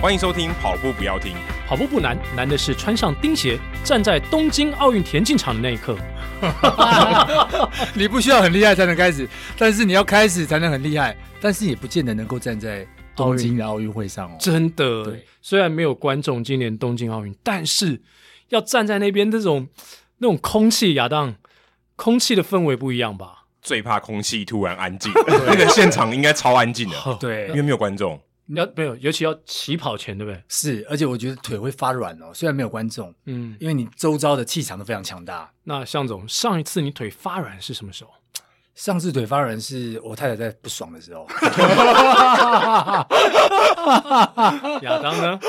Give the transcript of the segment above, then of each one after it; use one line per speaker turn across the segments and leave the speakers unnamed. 欢迎收听《跑步不要停》。
跑步不难，难的是穿上钉鞋，站在东京奥运田径场的那一刻。
你不需要很厉害才能开始，但是你要开始才能很厉害，但是也不见得能够站在东京的奥运会上哦。
真的
对，
虽然没有观众今年东京奥运，但是要站在那边那种那种空气，亚当，空气的氛围不一样吧？
最怕空气突然安静，那个现场应该超安静的，
哦
因
对，
为没有观众。
你要没有，尤其要起跑前，对不对？
是，而且我觉得腿会发软哦。虽然没有观众，
嗯，
因为你周遭的气场都非常强大。
那向总，上一次你腿发软是什么时候？
上次腿发软是我太太在不爽的 时候，
亚当 呢？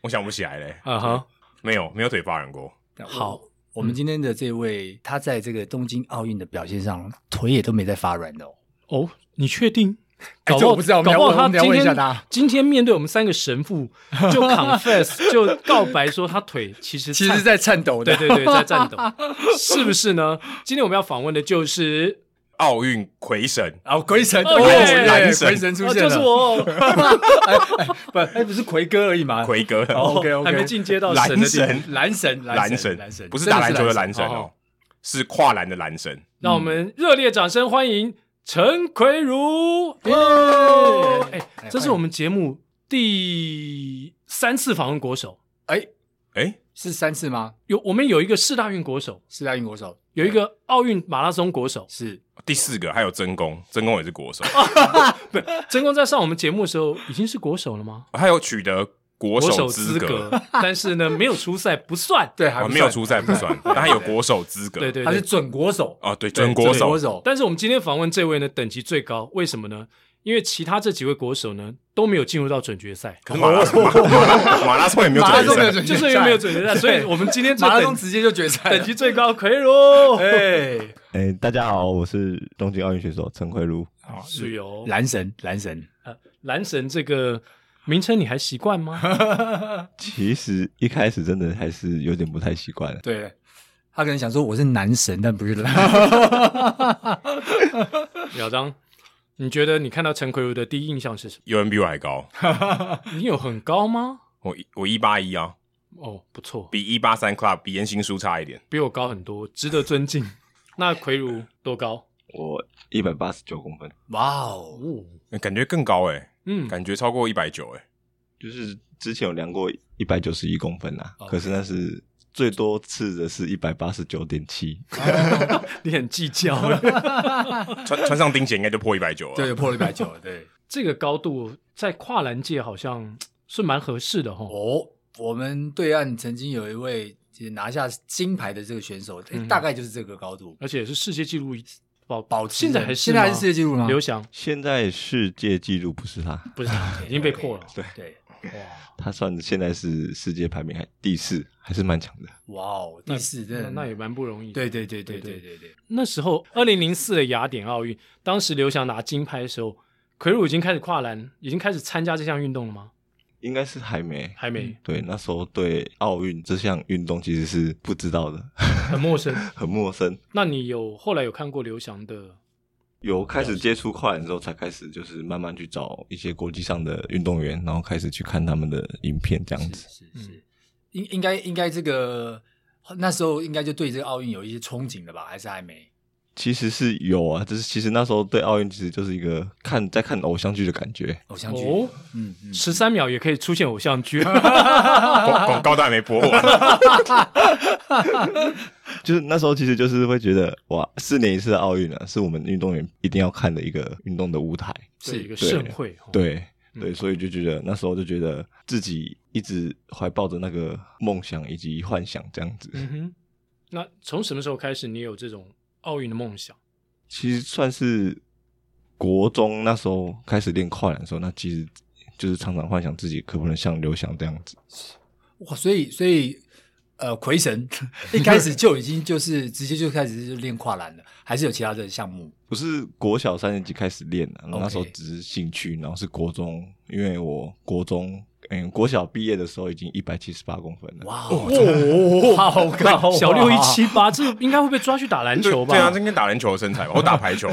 我想不起来嘞，
啊哈，
没有，没有腿发软过。
好，
我们今天的这位，他在这个东京奥运的表现上，腿也都没在发软的哦。
哦，你确定？
哎
搞
这
不
我
好，
不知道我
搞
们要
不好
问我
他
们要
今
问一
天
下他
今天面对我们三个神父，就 confess 就告白说他腿其实
其实
颤
在颤抖的，
对对对在颤抖，是不是呢？今天我们要访问的就是
奥运魁神，
啊，鬼神，
哦
鬼
耶
神，哎
男神
鬼神出
哦
现
就是
了，
我，
不，哎，不是奎哥而已 嘛，
奎哥，
哦 OK，OK
还没进阶到神的地
男
方
神。
蓝 神，
蓝
神，
神
蓝神，，
不是打篮球的
真
蓝神
好
哦，是跨栏的蓝神。
让我们热烈掌声欢迎陈奎如。哦，哎，这是我们节目第三次访问国手，
哎，
哎，
是三次吗？
有我们有一个四大运国手，
四大运国手
有一个奥运马拉松国手。
是
第四个还有真宫，真宫也是国手，
曾公在上我们节目的时候已经是国手了吗？
还有取得国
国手
手
资
资格，
格， 但是呢，没有出赛不算。
对，
啊
还
没有出赛不算，但他有国手资格。
对对
他
对
是，准国手，
哦，对，
对
真国
准
手
国，手，
但是我们今天访问这位呢，等级最高，为什么呢？因为其他这几位国手呢都没有进入到准决赛，
可是马拉松马 马马拉松也没有
马拉松
准决
没
赛
有准
就
决赛
是因为没有准决赛，
对
所以我们今天就
马拉松
等
直接就决赛了
等，级最高奎如，
哎，
哎、大家好，我是东京奥运选手陈奎如。
是由蓝
蓝神，蓝神，
蓝神这个名称你还习惯吗？
其实一开始真的还是有点不太习惯，
对。他可能想说我是男神，但不是蓝。
小张，你觉得你看到陈奎如的第一印象是什
有人比我还高，
么？你有很高吗？
我一我一八一啊，
哦，不错，
比一八三 club 比严新书差一点。
比我高很多，值得尊敬。那奎如多高？
我一百八十九公分，
哇哦，
哦，
感觉更高哎、
嗯，
感觉超过一百九哎，
就是之前有量过一百九十一公分啦
OK
可是那是最多次的是一百八十九点七，
你很计较。
穿穿上钉鞋应该就破一百九了。
嗯对，，破了一百九，对。
这个高度在跨栏界好像是蛮合适的哈。
哦，我们对岸曾经有一位就是拿下金牌的这个选手，哎
嗯
大概就是这个高度，
而且是世界纪录保
保持
现在
着
还是
现在还是
吗
世界纪录吗？
刘翔
现在世界纪录不是他，
不 是他已经被破了。
对，
哇，
他算现在是世界排名还第四，还是蛮强的。
哇哦，第四，真
那
的
那也蛮不容易。
对，对对对
对
对对对，
那时候二零零四的雅典奥运，当时刘翔拿金牌的时候，奎鲁已经开始跨栏，已经开始参加这项运动了吗？
应该是还没。
还
嗯
没，
对，那时候对奥运这项运动其实是不知道的，
很陌 生。
很陌生。
那你有后来有看过刘翔的？
有开始接触跨栏之后，才开始就是慢慢去找一些国际上的运动员，然后开始去看他们的影片这样子。
是
嗯
是，应应该应该这个那时候应该就对这个奥运有一些憧憬了吧？还是还没？
其实是有啊，就是其实那时候对奥运其实就是一个看在看偶像剧的感觉。
偶像剧，
哦，
嗯嗯，
十三秒也可以出现偶像剧。
广广告都还没 播完，
就是那时候其实就是会觉得哇，四年一次的奥运啊，是我们运动员一定要看的一个运动的舞台。
是一个
对
盛会。哦，
对
嗯
对，所以就觉得那时候就觉得自己一直怀抱着那个梦想以及幻想这样子。
嗯哼。那从什么时候开始你有这种奥运的梦想？
其实算是国中那时候开始练跨栏的时候，那其实就是常常幻想自己可不能像刘翔这样子。
哇，所以所以呃，魁神一开始就已经就是直接就开始就练跨栏了，还是有其他的项目？
不是国小三年级开始练的、
OK
那时候只是兴趣，然后是国中，因为我国中嗯国小毕业的时候已经一百七十八公分了。
哇 哦，好高，
啊小六一，七八，这应该会被抓去打篮球吧？
对啊，这跟打篮球的身材吧，我打排 球，哦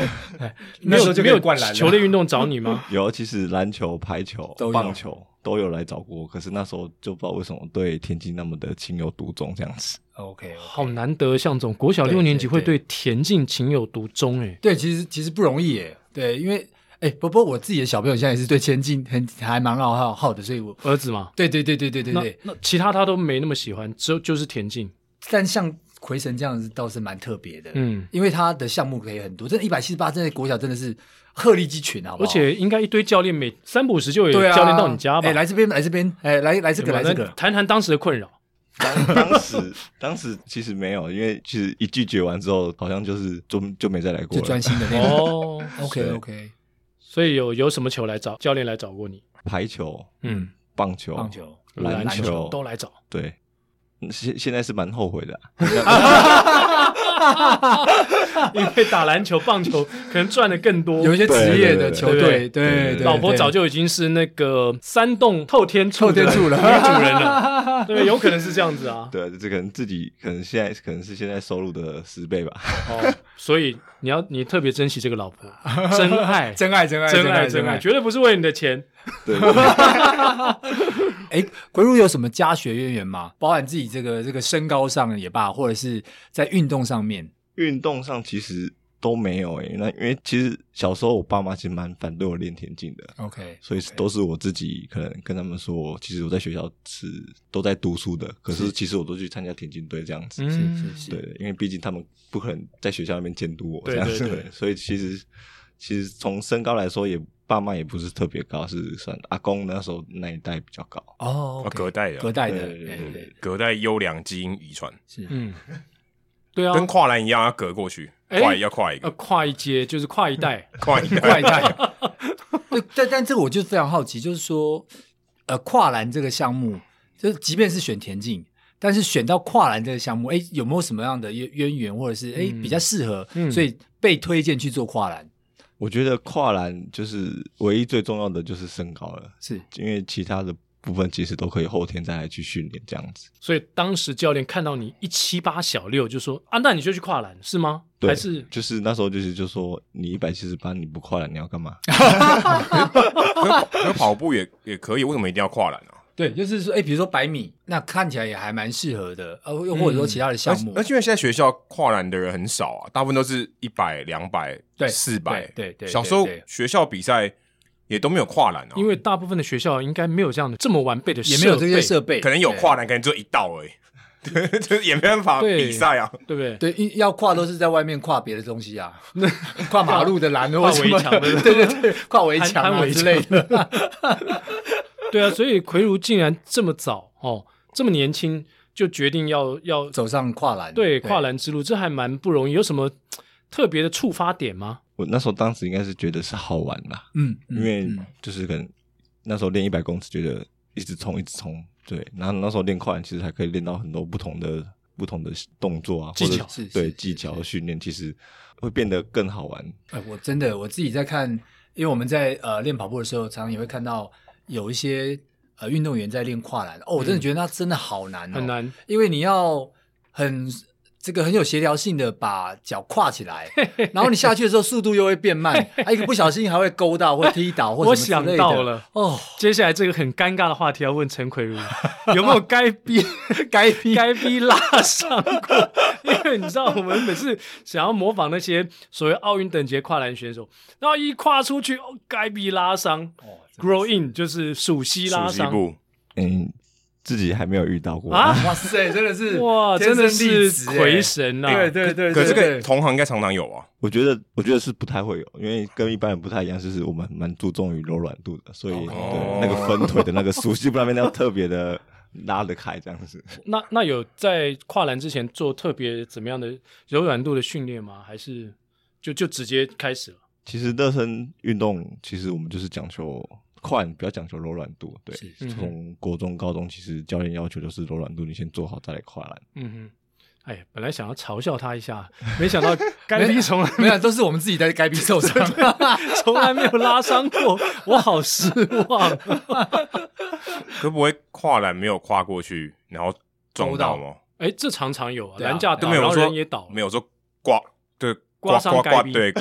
没有
那时候就
没
可以
有
灌篮了
球类运动找你吗？
有，其实篮球、排球
都有、
棒球都有来找过我，可是那时候就不知道为什么对田径那么的情有独钟这 样子。
OK，
好难得，向总，国小六年级会对田径情有独钟哎。
对，其实其实不容易耶。对，因为哎，不不，我自己的小朋友现在也是对田径很还蛮傲好好的，所以我
儿子嘛，
对对对对对对对。
那那其他他都没那么喜欢，只有就是田径。
但像奎神这样子倒是蛮特别的，
嗯，
因为他的项目可以很多，真的，一百七十八，真的国小真的是鹤立鸡群，好不
而
好？
且应该一堆教练每三不五时就有
对啊，
教练到你家吧？
哎，来这边，来这边，哎，来来这
对
个，
吧，
来这个
那，谈谈当时的困扰。
当当时当时其实没有，因为其实一拒绝完之后，好像就是就就没再来过
就专
了。
心的那种。
哦，
OK OK，
所以有有什么球来找教练来找过你？
排球、
嗯，
棒球、
棒球，
篮
球
球
都来找。
对，嗯现现在是蛮后悔的啊、
因为打篮球、棒球可能赚的更多。
有一些职业的
对对对
球
对
队，对
对
对，
老婆早
就
就已经是那个山洞透天处
臭
的
天柱了，
女主人 了，对，有可能是这样子啊。
对，这可能自己可能现在可能是现在收入的十倍吧。
哦，所以你要你特别珍惜这个老 婆，真爱，
真爱，真爱，
真
爱，
爱，
真
真爱，。绝对不是为你的钱。
对， 对对
哎，鬼如有什么家学渊源吗？包含自己这个这个身高上也罢，或者是在运动上面。
运动上其实都没有诶、那因为其实小时候我爸妈其实蛮反对我练田径的，
OK，
所以都是我自己可能跟他们说，其实我在学校是都在读书的，可是其实我都去参加田径队这样
嗯
子。
是是是，
对，因为毕竟他们不可能在学校那边监督我
对
这样子，
对对
所以其实其实从身高来说也，爸妈也不是特别高，是算阿公那时候那一代比较高。
哦
啊，，隔代的，
隔代的，
对对对
哎
对
对
隔代优良基因遗传，
嗯，对啊，
跟跨栏一样要隔过去，
哎
跨要跨一
呃，
个，
跨一阶就是跨一代，
嗯
跨一个。
哦 跨一代。对但但这个我就非常好奇，就是说，呃，跨栏这个项目，就是即便是选田径，但是选到跨栏这个项目，哎，有没有什么样的渊渊源，或者是哎比较适合，
嗯
所以被推荐去做跨栏？
我觉得跨栏就是唯一最重要的就是身高了，
是
因为其他的部分其实都可以后天再来去训练这样子。
所以当时教练看到你一七八小六，就说啊，那你就去跨栏是吗？
对
还是
就是那时候就是就说你一百七十八你不跨栏你要干嘛？
可跑可跑步也也可以，为什么一定要跨栏啊？
对，就是说，哎，比如说百米，那看起来也还蛮适合的，呃，又或者说其他的项目，
嗯而且因为现在学校跨栏的人很少啊，大部分都是一百、两百、
对
四百。
对对对
小时候
对对
学校比赛也都没有跨栏啊，
因为大部分的学校应该没有这样的这么完备的
也没有这些
设
设备，
可能有
对
跨栏，可能只有一道而已， 对就是也没办法
对
比赛啊。
备，对不对？
对，因要跨都是在外面跨别的东西 啊，跨马路的栏，
跨
或者什么
围墙的
对对对，跨围墙
攀
啊
围
之类 的。
对啊，所以奎如竟然这么早哦，这么年轻就决定要要
走上跨栏，
对跨栏之路，这还蛮不容易。有什么特别的触发点
哦
吗？
我那时候当时应该是觉得是好玩啦，
嗯，嗯，
因为
嗯
就是可能那时候练一百公尺，觉得一直冲一直冲，对。然后那时候练跨栏，其实还可以练到很多不同的不同的动作啊，
技巧
或者
是是
对
是
技巧训练，其实会变得更好玩。
哎、我真的我自己在看，因为我们在呃练跑步的时候，常常也会看到有一些呃运动员在练跨栏，哦，我真的觉得那真的好难、哦，
嗯很，难，
因为你要很这个很有协调性的把脚跨 起来，然后你下去的时候速度又会变慢，啊，一个不小心还会勾到或踢倒或
我
什么之
想
类的
到，了。
哦，
接下来这个很尴尬的话题要问陈奎如， 有没有该逼该逼该逼拉上过？因为你知道，我们每次想要模仿那些所谓奥运等级的跨栏选手，然后一跨出去，哦，该逼拉伤、g
哦
r o w in 就是属膝拉
暑期
伤，
步，
嗯，自己还没有遇到过
啊
哇塞，真的是
哇，
天
真
生
的
丽
是
质哎
魁神啊呐、
对对对，
可是这
对
个同行应该常常有啊。
我觉得，我觉得是不太会有，因为跟一般人不太一样，就是我们蛮注重于柔软度的，所以、
哦
对那个分腿的那个 熟悉，不然那边要特别的拉得开这样子。
那那有在跨栏之前做特别怎么样的柔软度的训练吗？还是就就直接开始了？
其实热身运动，其实我们就是讲求快，比较讲求柔软度。对
是，
嗯
从国中、高中，其实教练要求就是柔软度，你先做好再来跨栏。
嗯哼，哎，本来想要嘲笑他一下，没想到该逼从来
没有，都是我们自己在该逼受 伤。
从来没有拉伤过，我好失望。
可不会跨栏没有跨过去，然后撞到吗？
哎，这常常有啊，
对啊
栏架倒，
都没
然
有
后
说
人也倒，
没有说刮对刮
刮伤
刮
该
刮
逼
对，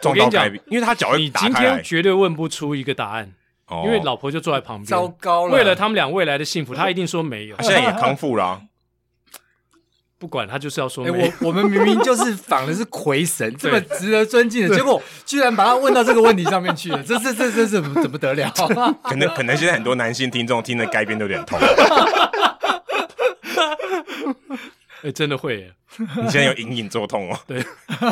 撞
我跟
到
你讲
该逼，因为他脚
你
会打
今
开
天
来
绝对问不出一个答案，
哦
因为老婆就坐在旁边。
糟糕了，
为了他们俩未来的幸福，他一定说没有
他。现在也康复啊 啦，
不管他就是要说
哎、
没有。
我我们明明就是仿的是魁神，这么值得尊敬的，结果居然把他问到这个问题上面去了，这这这这怎么怎么得 了？
可能可能现在很多男性听众听的该边都有点痛。
哎，真的会耶。
你现在有隐隐作痛哦。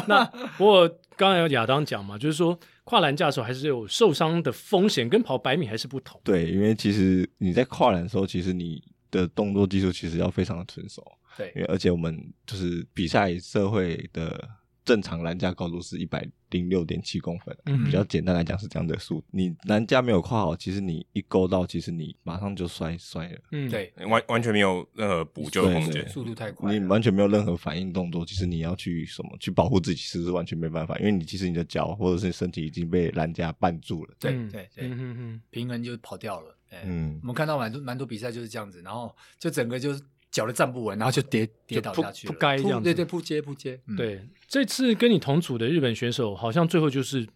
那不过刚才有亚当讲嘛，就是说跨栏架手还是有受伤的风险，跟跑百米还是不同。
对，因为其实你在跨栏的时候，其实你的动作技术其实要非常的纯熟，
对
因为而且我们就是比赛社会的正常栏架高度是一百零六点七公分，啊
嗯
比较简单来讲是这样的速度。你栏架没有跨好，其实你一勾到，其实你马上就摔摔了，
嗯，
对，
完完全没有任何补救的空间
对。
速度太快
你
了，
完全没有任何反应动作，其实你要去什么去保护自己，其实是完全没办法，因为你其实你的脚或者是身体已经被栏架绊住了。
对
嗯
对对
嗯，哼哼
平衡就跑掉了。哎
嗯
我，们看到蛮多蛮多比赛就是这样子，然后就整个就是脚都站不稳，然后就跌跌倒
就扑
下去了，
扑街这样子
扑对对，扑街扑街，嗯，
对，这次跟你同组的日本选手，好像最后就是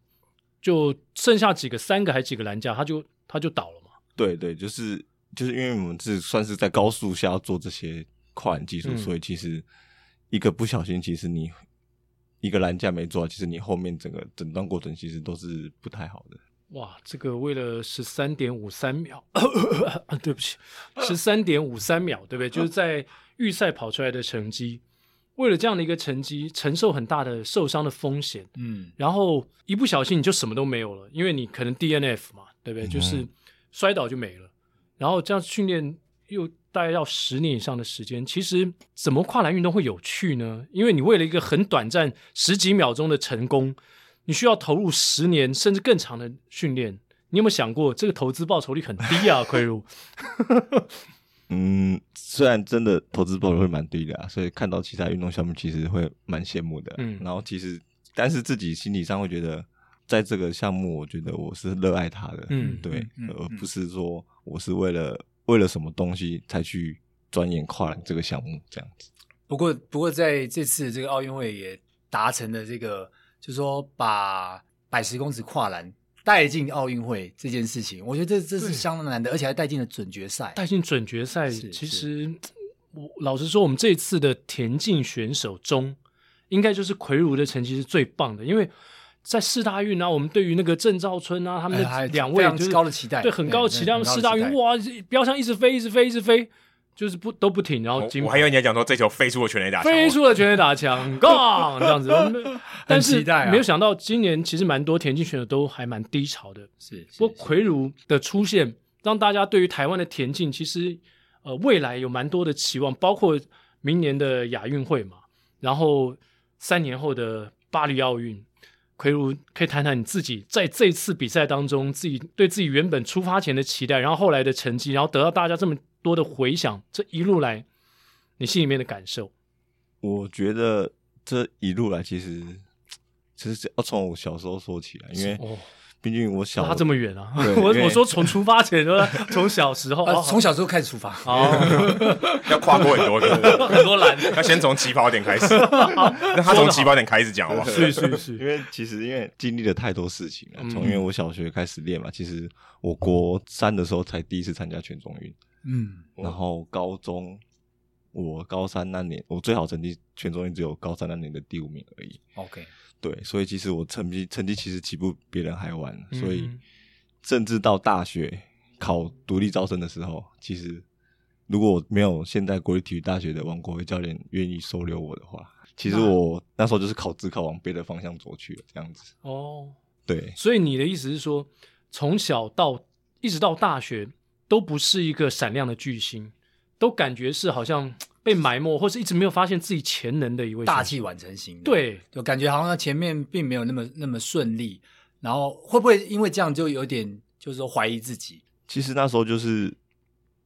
就剩下几个，三个还几个栏架，他就他就倒了嘛。
对对，就是就是因为我们是算是在高速下要做这些跨栏技术，
嗯
所以其实一个不小心，其实你一个栏架没做好，其实你后面整个整段过程其实都是不太好的。
哇，这个为了十三点五三秒， 对不起，十三点五三秒，对不对？就是在预赛跑出来的成绩，为了这样的一个成绩，承受很大的受伤的风险，
嗯，
然后一不小心你就什么都没有了，因为你可能 DNF 嘛，对不对？就是摔倒就没了。然后这样训练又大概要十年以上的时间，其实怎么跨栏运动会有趣呢？因为你为了一个很短暂十几秒钟的成功，你需要投入十年甚至更长的训练。你有没有想过，这个投资报酬率很低啊， 奎如？
嗯，虽然真的投资报酬会蛮低的啊，所以看到其他运动项目其实会蛮羡慕的。啊
嗯
然后其实但是自己心理上会觉得，在这个项目，我觉得我是热爱它的，
嗯
对，
嗯嗯
而
嗯
不是说我是为了为了什么东西才去钻研跨栏这个项目这样子。
不过不过在这次这个奥运会也达成了这个，就是说把百十公尺跨栏带进奥运会这件事情，我觉得这这是
对
相当难的，而且还带进了准决赛。
带进准决赛，
是
其
是
实我老实说，我们这一次的田径选手中，应该就是魁如的成绩是最棒的，因为在四大运啊，我们对于那个郑兆春啊，他们
哎还
的两位
非常
就是
高的期待
对，很高的
对
期待。他们
很高的
四大
期
运
待
哇，标枪一直飞，一直飞，一直飞，就是不都不停，然后
我
金
我还以为你要讲说这球飞出了全垒打墙，
飞出了全垒打墙，杠这样子。我 们但是
期待啊
没有想到今年其实蛮多田径选手都还蛮低潮的，
是，是
不过魁如的出现，让大家对于台湾的田径其实呃未来有蛮多的期望，包括明年的亚运会嘛，然后三年后的巴黎奥运。魁如可以谈谈你自己在这次比赛当中，自己对自己原本出发前的期待，然后后来的成绩，然后得到大家这么多的回响，这一路来你心里面的感受。
我觉得这一路来其实其实要从我小时候说起来，因为
哦
毕竟我小
拉这么远啊！
对因
我
为
我说从出发前就是从小时候，
呃
哦
从小时候开始出发，
哦
要跨过很多个，
很多栏，
要先从起跑点 开始。那他从起跑点开始讲好不好？
是是是，
因为其实因为经历了太多事情了，
嗯
从因为我小学开始练嘛，其实我国三的时候才第一次参加全中运，
嗯，
哦
然后高中我高三那年我最好成绩全中运只有高三那年的第五名而已，
OK，
对，所以其实我成绩成绩其实起步别人还晚，
嗯
所以甚至到大学考独立招生的时候，其实如果没有现在国立体育大学的王国辉教练愿意收留我的话，其实
那
我那时候就是考自考往别的方向走去了，这样子，
哦，
对。
所以你的意思是说，从小到一直到大学，都不是一个闪亮的巨星，都感觉是好像被埋没，或是一直没有发现自己潜能的一位
大
选手
器晚成型的，
对，
就感觉好像前面并没有那么那么顺利，然后会不会因为这样就有点就是说怀疑自己？
其实那时候就是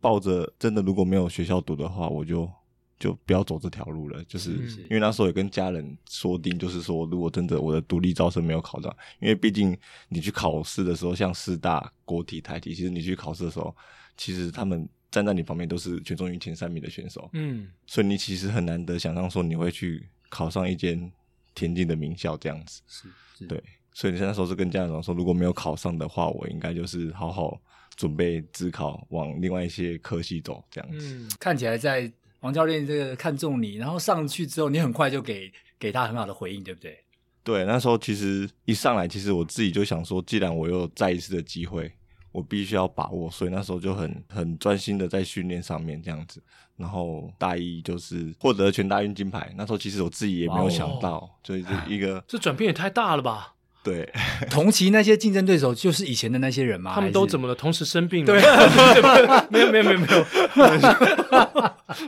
抱着真的如果没有学校读的话，我就就不要走这条路了。就是
嗯
因为那时候也跟家人说定，就是说如果真的我的独立招生没有考上，因为毕竟你去考试的时候，像师大、国体、台体，其实你去考试的时候，其实他们站在你旁边都是全中运前三名的选手，
嗯，
所以你其实很难得想象说你会去考上一间田径的名校这样子。
是，是
对，所以你那时候是跟家长说，如果没有考上的话，我应该就是好好准备自考，往另外一些科系走这样子。
嗯，
看起来在王教练这个看中你，然后上去之后，你很快就给给他很好的回应，对不对？
对，那时候其实一上来，其实我自己就想说，既然我有再一次的机会，我必须要把握，所以那时候就很很专心的在训练上面这样子。然后大一就是获得全大运金牌，那时候其实我自己也没有想到，就是一个
这转变也太大了吧？
对。
同期那些竞争对手就是以前的那些人吗？
他们
还
都
是
怎么了？同时生病了？ 对，没有没有没有没 有，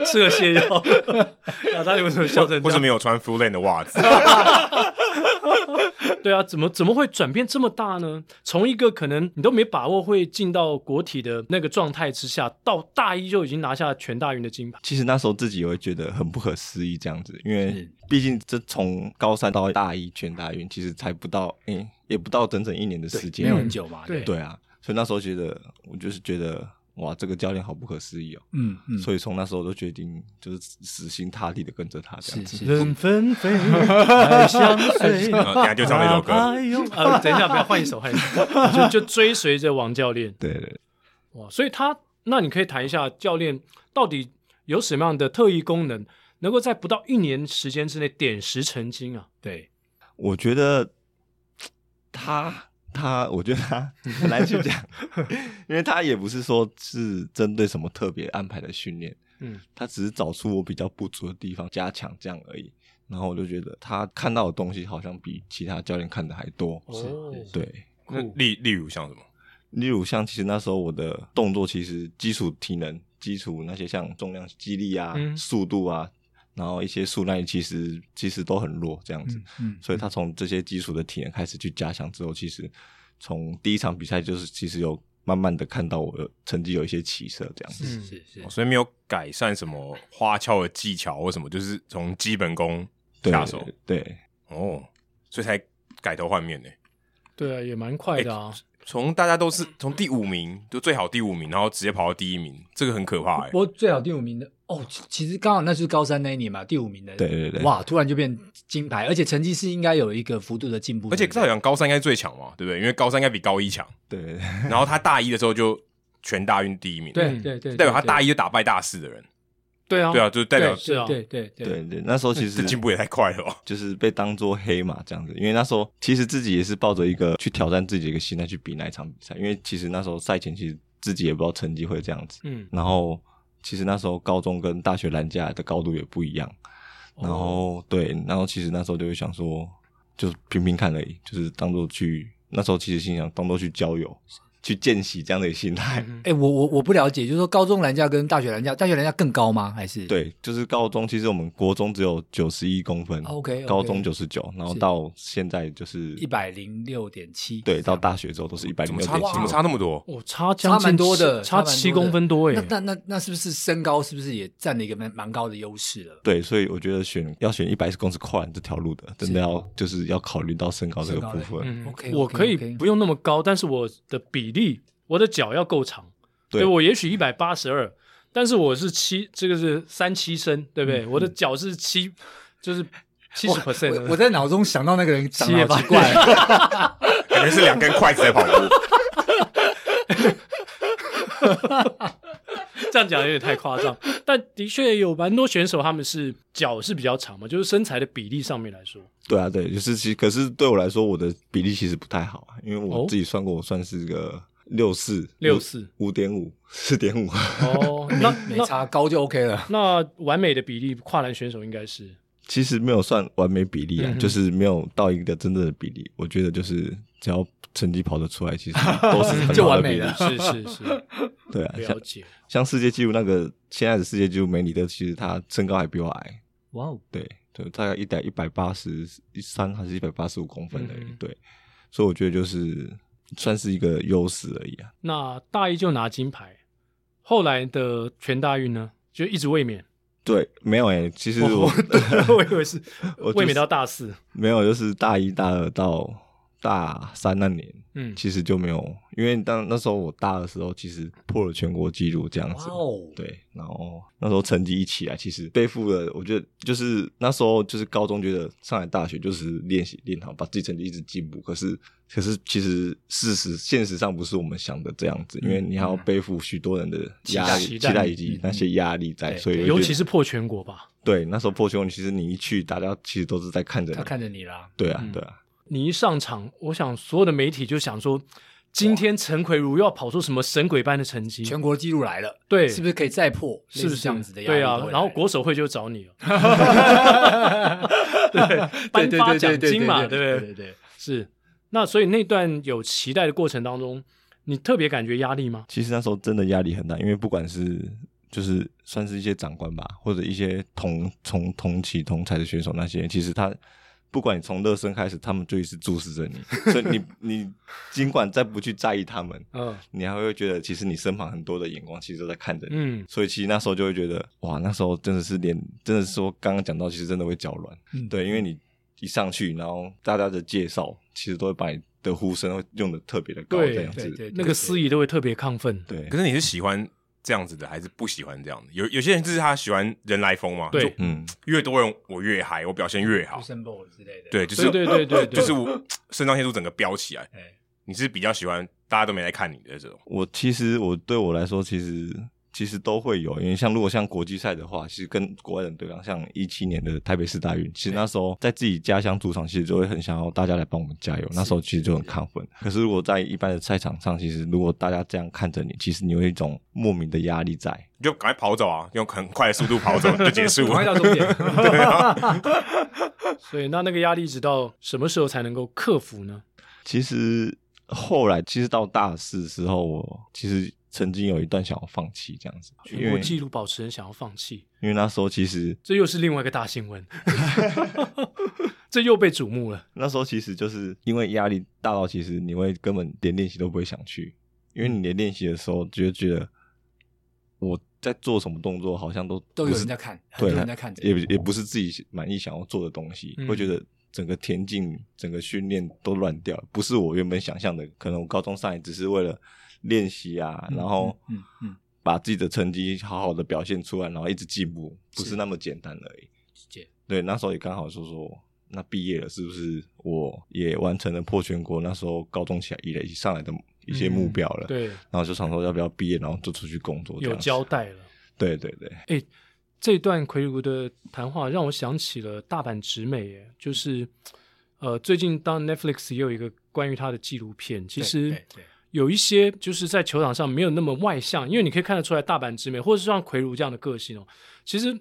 吃了泻药。 啊，他为什么笑成
为
这
什么
样？
有穿 full lane 的袜子？
对啊，怎么怎么会转变这么大呢？从一个可能你都没把握会进到国体的那个状态之下，到大一就已经拿下全大运的金牌。
其实那时候自己也会觉得很不可思议，这样子，因为
是
毕竟这从高三到大一全大运，其实才不到，诶、也不到整整一年的时间，
没有很久嘛？
对
对啊，所以那时候觉得，我就是觉得，哇，这个教练好不可思议哦。
嗯嗯，
所以从那时候就决定，就是死心塌地的跟着他这样
是
子。
嗯是
人纷 飞，海相随。
然后 等一下就唱那首歌。
啊，等一下，不要换一首，换一首，就就追随着王教练。
对对对，
哇，所以他，那你可以谈一下教练到底有什么样的特异功能，能够在不到一年时间之内点石成金啊？
对，
我觉得他他，我觉得他 很难去讲，因为他也不是说是针对什么特别安排的训练，
嗯，
他只是找出我比较不足的地方加强这样而已。然后我就觉得他看到的东西好像比其他教练看的还多。
哦，
对，
那例例如像什么？
例如像其实那时候我的动作其实基础体能、基础那些像重量、肌力啊、
嗯
速度啊，然后一些速耐其实其实都很弱这样子。
嗯，
所以他从这些基础的体能开始去加强之后，其实从第一场比赛就是其实有慢慢的看到我的成绩有一些起色这样子。
嗯
是是是
哦，所以没有改善什么花俏的技巧或什么，就是从基本功
对
下手
对，
哦，所以才改头换面呢。
对啊，也蛮快的
哎
啊。
从大家都是从第五名，就最好第五名，然后直接跑到第一名，这个很可怕哎。
我最好第五名的哦，其其实刚好那就是高三那一年嘛，第五名的，
对对对
哇，突然就变金牌，而且成绩是应该有一个幅度的进步，
而且
对不
照
对
理讲，高三应该最强嘛，对不对？因为高三应该比高一 强。
对对对，
然后他大一的时候就全大运第一名，
对
嗯
对对，
代表他
对
大一就打败大四的人，
对啊，
对啊，，就是代表
对是啊
对对对对
对对，那时 候其
这
实
进步也太快了吧。
就是被当做黑马这样子，因为那时候其实自己也是抱着一个去挑战自己的一个心态去比那一场比赛，因为其实那时候赛前其实自己也不知道成绩会这样子，
嗯，
然后其实那时候高中跟大学拦架的高度也不一样，然后、对，然后其实那时候就会想说，就拼拼看而已，就是当做去那时候其实心想当做去交友，去见习这样的心态。
嗯
哎，我我我不了解，就是说高中篮架跟大学篮架，大学篮架更高吗？还是，
对，就是高中，其实我们国中只有九十一公分
OK，OK
高中九十九，然后
是
到现在就是
一百零六点七，
对，到大学之后都是一百
怎
零
么
六
差
点七
怎么差那么多？
我哦差
差
将近
蛮多的，
七差
蛮多的
七公分多哎。
那那那那是不是身高是不是也占了一个蛮蛮高的优势了？
对，所以我觉得选要选一百公尺跨栏这条路的，真的要就是要考虑到身高这个部
身高
分。
嗯
OK，OK，OK
我可以不用那么高，但是我的比例，我的脚要够长。对我也许一百八十二，但是我是七，这个是三七身，对不对？
嗯
我的脚是七，就是七十 percent。
我我在脑中想到那个人长得好奇怪，
感觉是两根筷子在跑步。
这样讲有点太夸张，但的确有蛮多选手他们是脚是比较长嘛，就是身材的比例上面来说，
对啊，对，就是其可是对我来说，我的比例其实不太好啊，因为
哦
我自己算过，我算是个六四
64
五点五四点五，
哦，那
没
那
差高就 OK 了。
那完美的比例，跨栏选手应该是
其实没有算完美比例啊，
嗯哼
就是没有到一个真正的比例。我觉得就是只要成绩跑得出来，其实都是很
就
好
完
的
美
比例
了。
是是是，
对啊，像
了解，
像世界纪录那个现在的世界纪录梅里德，其实他身高还比我矮，
哇哦，
对，就大概一百一百八十三还是一百八十五公分而已，
嗯
对，所以我觉得就是算是一个优势而已啊。
那大一就拿金牌，后来的全大运呢，就一直卫冕。
对，没有诶、其实我
我以为是
我就是
卫冕到大四，
没有，就是大一大二到大三那年，
嗯，
其实就没有，因为当那时候我大的时候，其实破了全国纪录这样
哇
子。
哦，
对，然后那时候成绩一起来，啊其实背负了，我觉得就是那时候就是高中觉得上海大学就是练习练好，把自己成绩一直进步。可是可是其实事实现实上不是我们想的这样子，因为你还要背负许多人的压力、
期
期
待
待以及
嗯
那些压力在，
对
所以我觉得
尤其是破全国吧。
对那时候破胸，其实你一去，大家其实都是在看着
他
你。
看着你啦，
对啊
嗯，
对啊，
你一上场，我想所有的媒体就想说，今天陈奎如又要跑出什么神鬼般的成绩？
全国纪录来了，
对
是不是可以再破？
是不
类
是
似这样子的压力
对
都会来？
啊，然 后国手会就找你了，
对
颁
对
发
对对
奖
对
金嘛，
对
对不
对对。
是，那所以那段有期待的过程当中，你特别感觉压力吗？
其实那时候真的压力很大，因为不管是就是算是一些长官吧，或者一些同从同期同才的选手那些，其实他不管你从热身开始，他们就一直注视着你，所以你你尽管再不去在意他们，
嗯
你还会觉得其实你身旁很多的眼光其实都在看着你。
嗯，
所以其实那时候就会觉得，哇，那时候真的是连，真的是说刚刚讲到，其实真的会脚软，
嗯
对，因为你一上去，然后大家的介绍，其实都会把你的呼声会用的特别的高，
对
这样子，
对对
那个司仪都会特别亢奋。
对
可是你是喜欢这样子的，还是不喜欢这样的？有有些人就是他喜欢人来疯嘛，
对
就
嗯，
越多人我越嗨，我表现越好。
s e m b l 之类的，
对，就是
对对对对对
就是我肾上腺素整个飙起来。
哎，
你是比较喜欢大家都没来看你的这种，
我其实我对我来说，其实其实都会有，因为像如果像国际赛的话，其实跟国外人对抗，像一七年的台北市大运，其实那时候在自己家乡主场，其实就会很想要大家来帮我们加油，那时候其实就很亢奋。可是如果在一般的赛场上，其实如果大家这样看着你，其实你有一种莫名的压力在。
你就赶快跑走啊，用很快的速度跑走 就结束
赶快
了。
到终点。
所以那那个压力直到什么时候才能够克服呢？
其实后来，其实到大四之后，我其实曾经有一段想要放弃这样子，
全
因
国
为
纪录保持人想要放弃，
因为那时候其实
这又是另外一个大新 闻，这又被瞩目了。
那时候其实就是因为压力大到，其实你会根本连练习都不会想去，因为你连练习的时候就会觉得我在做什么动作，好像都
都有
不是
人在看，很
对，
多人在看着
也不也不是自己满意想要做的东西，
嗯
会觉得整个田径、整个训练都乱掉了，不是我原本想象的。可能我高中上来只是为了练习啊，然后
嗯嗯，
把自己的成绩好好的表现出来，然后一直进步，不
是
是那么简单而已。
解
对，那时候也刚好说说，那毕业了是不是我也完成了破全国那时候高中起来一垒上来的一些目标了？，
嗯对，
然后就想说要不要毕业，然后就出去工作，
有交。代了。
对对对，
这段魁如的谈话让我想起了大阪直美耶，就是呃，最近当 Netflix 也有一个关于他的纪录片，其实
对对
有一些就是在球场上没有那么外向，因为你可以看得出来大阪直美，或者是像魁如这样的个性哦，其实。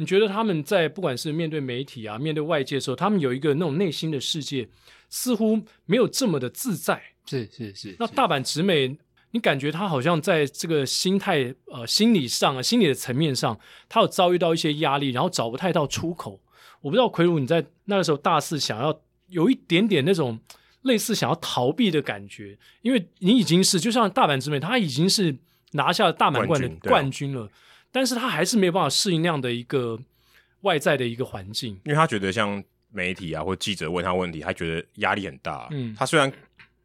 你觉得他们在不管是面对媒体啊，面对外界的时候，他们有一个那种内心的世界，似乎没有这么的自在。
是是是。
那
是
大阪直美，你感觉他好像在这个心态、呃心理上啊、心理的层面上，他有遭遇到一些压力，然后找不太到出口。我不知道奎鲁你在那个时候大四想要有一点点那种类似想要逃避的感觉，因为你已经是就像大阪直美，他已经是拿下了大满贯的
冠军对啊
冠军了，但是他还是没有办法适应那样的一个外在的一个环境。
因为他觉得像媒体啊或记者问他问题，他觉得压力很大。啊
嗯
他虽然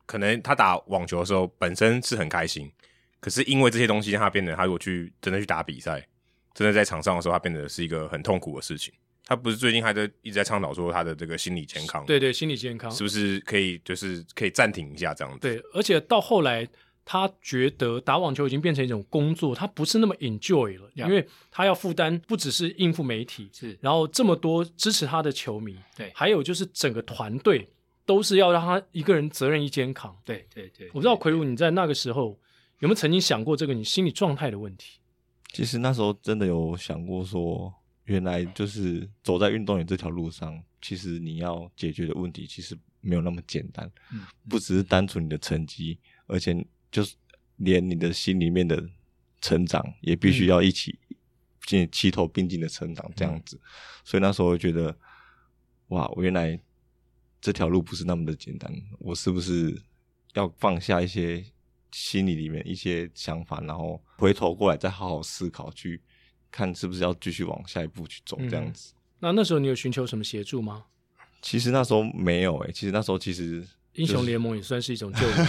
可能他打网球的时候本身是很开心，可是因为这些东西让他变得，他如果去真的去打比赛，真的在场上的时候，他变得是一个很痛苦的事情。他不是最近还在一直在倡导说他的这个心理健康，
对对，心理健康
是不是可以就是可以暂停一下这样子？
对，而且到后来，他觉得打网球已经变成一种工作，他不是那么 enjoy 了
Yeah.
因为他要负担不只是应付媒体，
是
然后这么多支持他的球迷，
对
还有就是整个团队都是要让他一个人责任一肩扛。
对对对，
我不知道奎鲁你在那个时候有没有曾经想过这个你心理状态的问题？
其实那时候真的有想过说，原来就是走在运动员这条路上，其实你要解决的问题其实没有那么简单，
嗯
不只是单纯你的成绩，而且就是连你的心里面的成长也必
嗯
须要一起进齐头并进的成长这样子。所以那时候我觉得，哇，我原来这条路不是那么的简单，我是不是要放下一些心里里面一些想法，然后回头过来再好好思考，去看是不是要继续往下一步去走这样子。
那那时候你有寻求什么协助吗？
欸其实那时候没有诶、其实那时候其实
英雄联盟也算是一种救援。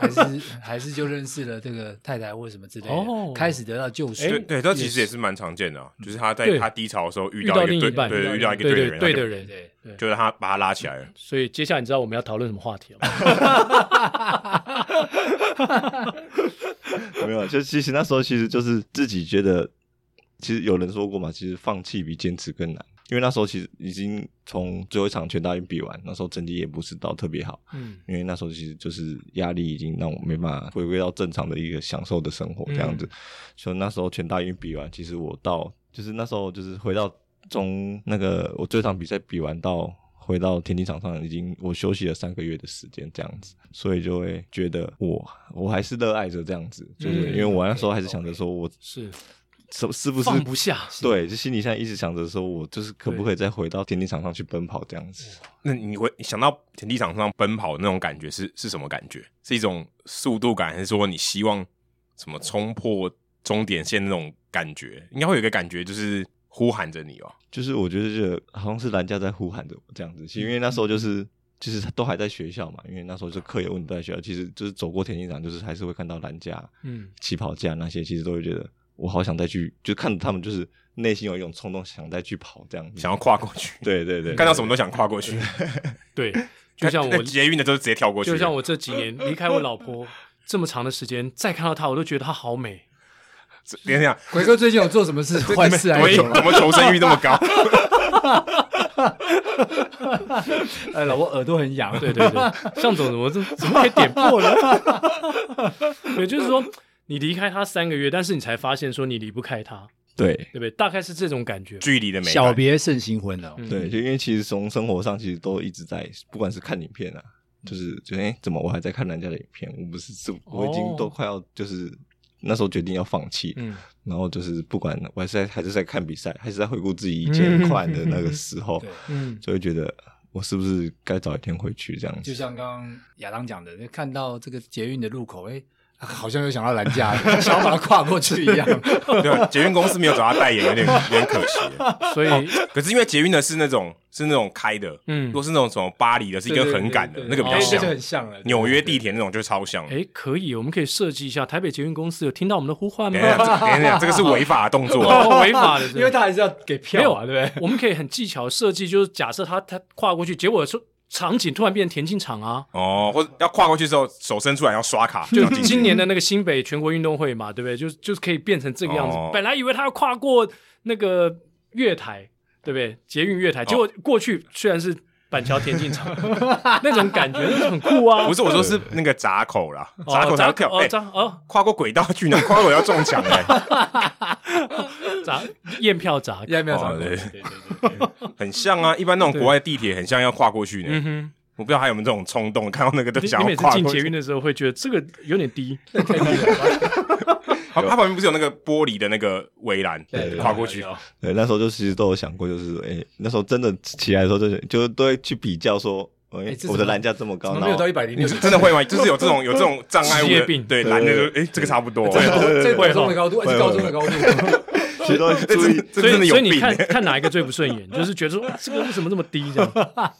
还是还是就认识了这个太太或什么之类的，
哦
开始得到救赎。
对对，这其实也是蛮常见的、啊，就是他在
对
他低潮的时候遇
遇到
一
另
个
一半
对对，
遇
遇
到
到
一
一
个
个
对
对人，他
对对的
就
人
对对，
就是他把他拉起来了。
所以接下来你知道我们要讨论什么话题了 吗？
没有，就其实那时候其实就是自己觉得，其实有人说过嘛，其实放弃比坚持更难，因为那时候其实已经从最后一场全大运比完，那时候成绩也不是到特别好，
嗯，
因为那时候其实就是压力已经让我没办法回归到正常的一个享受的生活这样子，
嗯
所以那时候全大运比完，其实我到就是那时候就是回到从那个我这场比赛比完到。回到田径场上，已经我休息了三个月的时间，这样子，所以就会觉得我我还是热爱着这样子，就是
嗯
因为我那时候还是想着说，我
是
是是不是
放不下，
对，就心里现在一直想着说，我就是可不
对
可以再回到田径场上去奔跑这样子？
那你会你想到田地场上奔跑的那种感觉是是什么感觉？是一种速度感，还是说你希望什么冲破终点线那种感觉？应该会有一个感觉，就是呼喊着你哦。
就是我觉得这个好像是兰家在呼喊着我这样子，其实因为那时
嗯
候就是就是都还在学校嘛，因为那时候就课业问题都在学校，其实就是走过田径场，就是还是会看到兰家
嗯，
起跑架那些，其实都会觉得我好想再去，就看着他们就是内心有一种冲动，想再去跑这样子。
想要跨过去，
对对对，
看到什么都想跨过去，
对，就像
那那
我
捷运的都直接跳过去，
就像我这几年离开我老 婆这么长的时间，再看到她，我都觉得她好美。
等一 下，
奎哥最近有做什么 事
这
坏事
怎
还
么
是什么？
怎么求生欲那么高？
哎，老婆耳朵很痒。
对对对，向总怎么这怎么可以点破呢？ 对，就是说你离开他三个月，但是你才发现说你离不开他，
对
对不对？大概是这种感觉。
距离的美感
小别胜新婚了哦。
嗯
对，就因为其实从生活上其实都一直在，不管是看影片啊，
嗯
就是觉得哎、诶怎么我还在看人家的影片？我不是是，我已经都快要就是、那时候决定要放弃，
哦嗯，
然后就是不管我还是在还是在看比赛，还是在回顾自己以前快 的那个时候，
嗯对
嗯
就会觉得我是不是该早一天回去这样
就
子？
像刚刚亚当讲的，看到这个捷运的路口，哎，好像又想到拦架， 想要把它跨过去一 样。
对吧，捷运公司没有找他代言，有点有点可惜。
所以
可是因为捷运的是那种是那种开的，
嗯
如果是那种什么巴黎的，是一个很赶的
对
那
对
个比
对
哦
较
哎这就
像
很像了。
纽约地铁那种，就超像。
哎，可以，我们可以设计一下台北捷运公司有听到我们的呼唤
等
吗
一？下，这等一下，这个是违法的动 作。啊
哦，违法的，
因为他还是要给票啊，
没有
对不 对？
我们可以很技巧设计，就是假设他他跨过去，结果说场景突然变成田径场啊。
哦，或者要跨过去之后，手伸出来要刷卡，
就
要进去
今啊年的那个新北全国运动会嘛，对不对？就是就是可以变成这个样子。
哦
本来以为他要跨过那个月台，对不对？捷运月台，
哦
结果过去虽然是板桥田 径场，那种感觉就是很酷啊。
不是我说是那个闸口啦，
哦
闸口才
闸
要跳，
口哦
哎，
闸哦
跨过轨道去哪？跨过轨道中奖 哎，
闸验票闸，
要不要找
哦对
对对对对
很像啊，一般那种国外地铁很像要跨过去
嗯
呢。
哼。
我不知道还有没有这种冲动，看到那个都
你
想
你
要
每次
跨
进
过
捷运
去。
的时候会觉得这个有点低，
它它旁边不是有那个玻璃的那个围栏
对对，，
跨过去。
对，那时候就其实都有想过，就是哎、诶那时候真的起来的时候，就是就都会去比较说，哎、
诶这
我
怎
的
么
篮价这么
怎
高，
么
然
没有
后
到一百零
你
六？
是真的会吗？就是有这种有这种障碍物
职业
的，
病
对，蓝的就哎，这个 差不多。
这国中的高度，哎这高中的高度。
其实都会
这
注意
真这
所
真的
以
有
所以你
病
看
欸。
看哪一个最不顺眼，就是觉得说这个为什么这么低这样。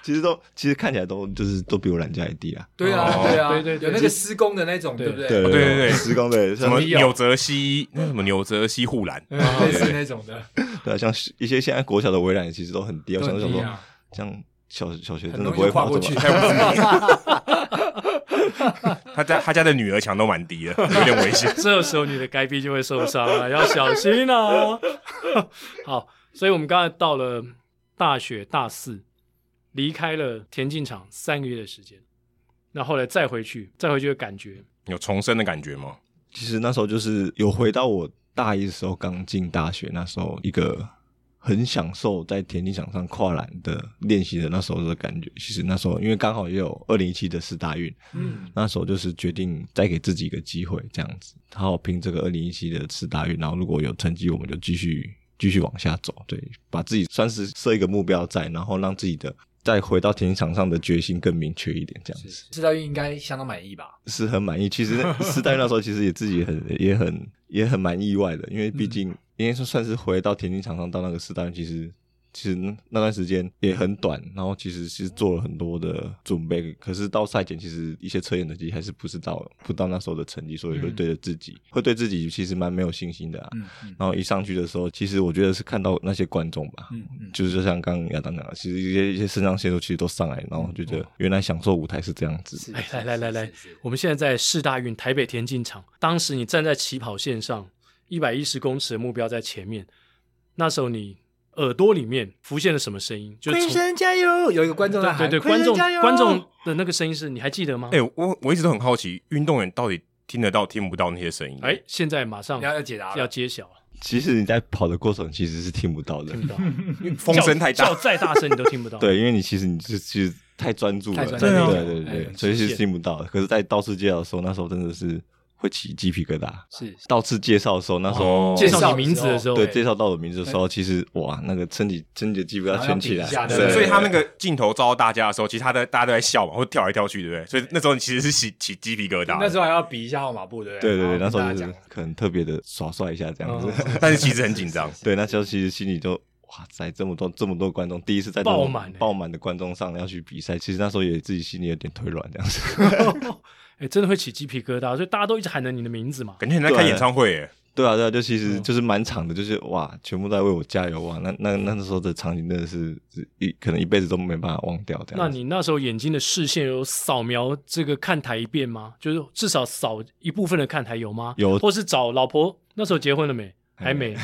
其实都其实看起来都就是都比我懒觉还低啊。
对啊，
哦
对啊，
对对对
有那个施工的那种，
对。
对不哦对？
对
对对对
施 工的
什
像
么
有
纽泽西那什么纽泽西护栏，
嗯类似那种的，
对啊，像一些现在国小的围栏其实都很低，我想
都
想
很低
说
啊，
像小小学
很
真的
容
不会
易跨
跑
过
这
去
么。。
他家他家的女儿墙都蛮低的， 有点危险
这时候你的该臂就会受伤 了，要小心哦。 好，所以我们刚才到了大学大四，离开了田径场三个月的时间，那后来再回去，再回去的感觉，
有重生的感觉吗？
其实那时候就是有回到我大一的时候，刚进大学那时候一个很享受在田径场上跨栏的练习的那时候的感觉。其实那时候因为刚好也有二零一七的四大运，
嗯，
那时候就是决定再给自己一个机会，这样子，然后拼这个二零一七的四大运，然后如果有成绩，我们就继续继续往下走，对，把自己算是设一个目标在，然后让自己的再回到田径场上的决心更明确一点，这样子
是大运应该相当满意吧？
是很满意。其实那四大运那时候其实也自己很也
嗯
很也很蛮意外的，因为毕竟应该说算是回到田径场上到那个四大运，其实其实那那段时间也很短，然后其实是做了很多的准备，可是到赛前其实一些测验成绩还是不是到不到那时候的成绩，所以会
嗯
对着自己、会对自己其实蛮没有信心的啊。
嗯嗯
然后一上去的时候，其实我觉得是看到那些观众吧，
嗯嗯
就是就像刚刚亚当讲的，其实一些一些肾上腺素其实都上来，然后觉
哦
得原来享受舞台是这样子。
是
哎
是
来来来来
是是是
我们现在在世大运台北田径场，当时你站在起跑线上，一百一十公尺的目标在前面，那时候你耳朵里面浮现了什么声音？就是
奎
从
生加油！有一个观众在
对
喊
对对，
奎
观
生
众
加油
观众的那个声音是你还记得吗？
哎、我我一直都很好奇，运动员到底听得到听不到那些声音？
哎，现在马上
要要解答
要
了，
揭晓了，
其实你在跑的过程其实是听不到的，
听不 到，
风声太大，
叫再大声你都 听不到。
对，因为你其实你是其实太专注了，
太专
注了
对对对
哎
对，所以是听不到的。可是，在倒刺介绍的时候，那时候真的是会起鸡皮疙瘩。
是
倒刺介绍的时候，那时候、
哦
介绍你名字的时候，
对
对
介绍到我名字的时候，其实哇，那个身体身体的鸡皮疙瘩
好像
卷起来
比一下，
所
对
以
对
所以他那个镜头照到大家的时候，其实他的大家都在笑嘛，会跳来跳去，对不对？所以那时候你其实是起起鸡皮疙瘩，
那时候还要比一下号码布，对不
对对对，
然
那时
后
候
跟大家
就是
讲
可能特别的耍帅一下这样子。
哦
但是其实很紧张。
对，那时候其实心里就哇塞，这么多这么多观众，第一次在这种
爆满欸
爆满的观众上要去比赛，其实那时候也自己心里有点腿软这样子。
哎，真的会起鸡皮疙瘩，所以大家都一直喊着你的名字嘛。
感觉你在开演唱会耶，
对啊，对啊，就其实
嗯
就是蛮长的，就是哇，全部都在为我加油哇！那那那时候的场景真的是是一可能一辈子都没办法忘掉
啊
这样子。
那你那时候眼睛的视线有扫描这个看台一遍吗？就是至少扫一部分的看台有吗？
有
或是找老婆那时候结婚了没？还没，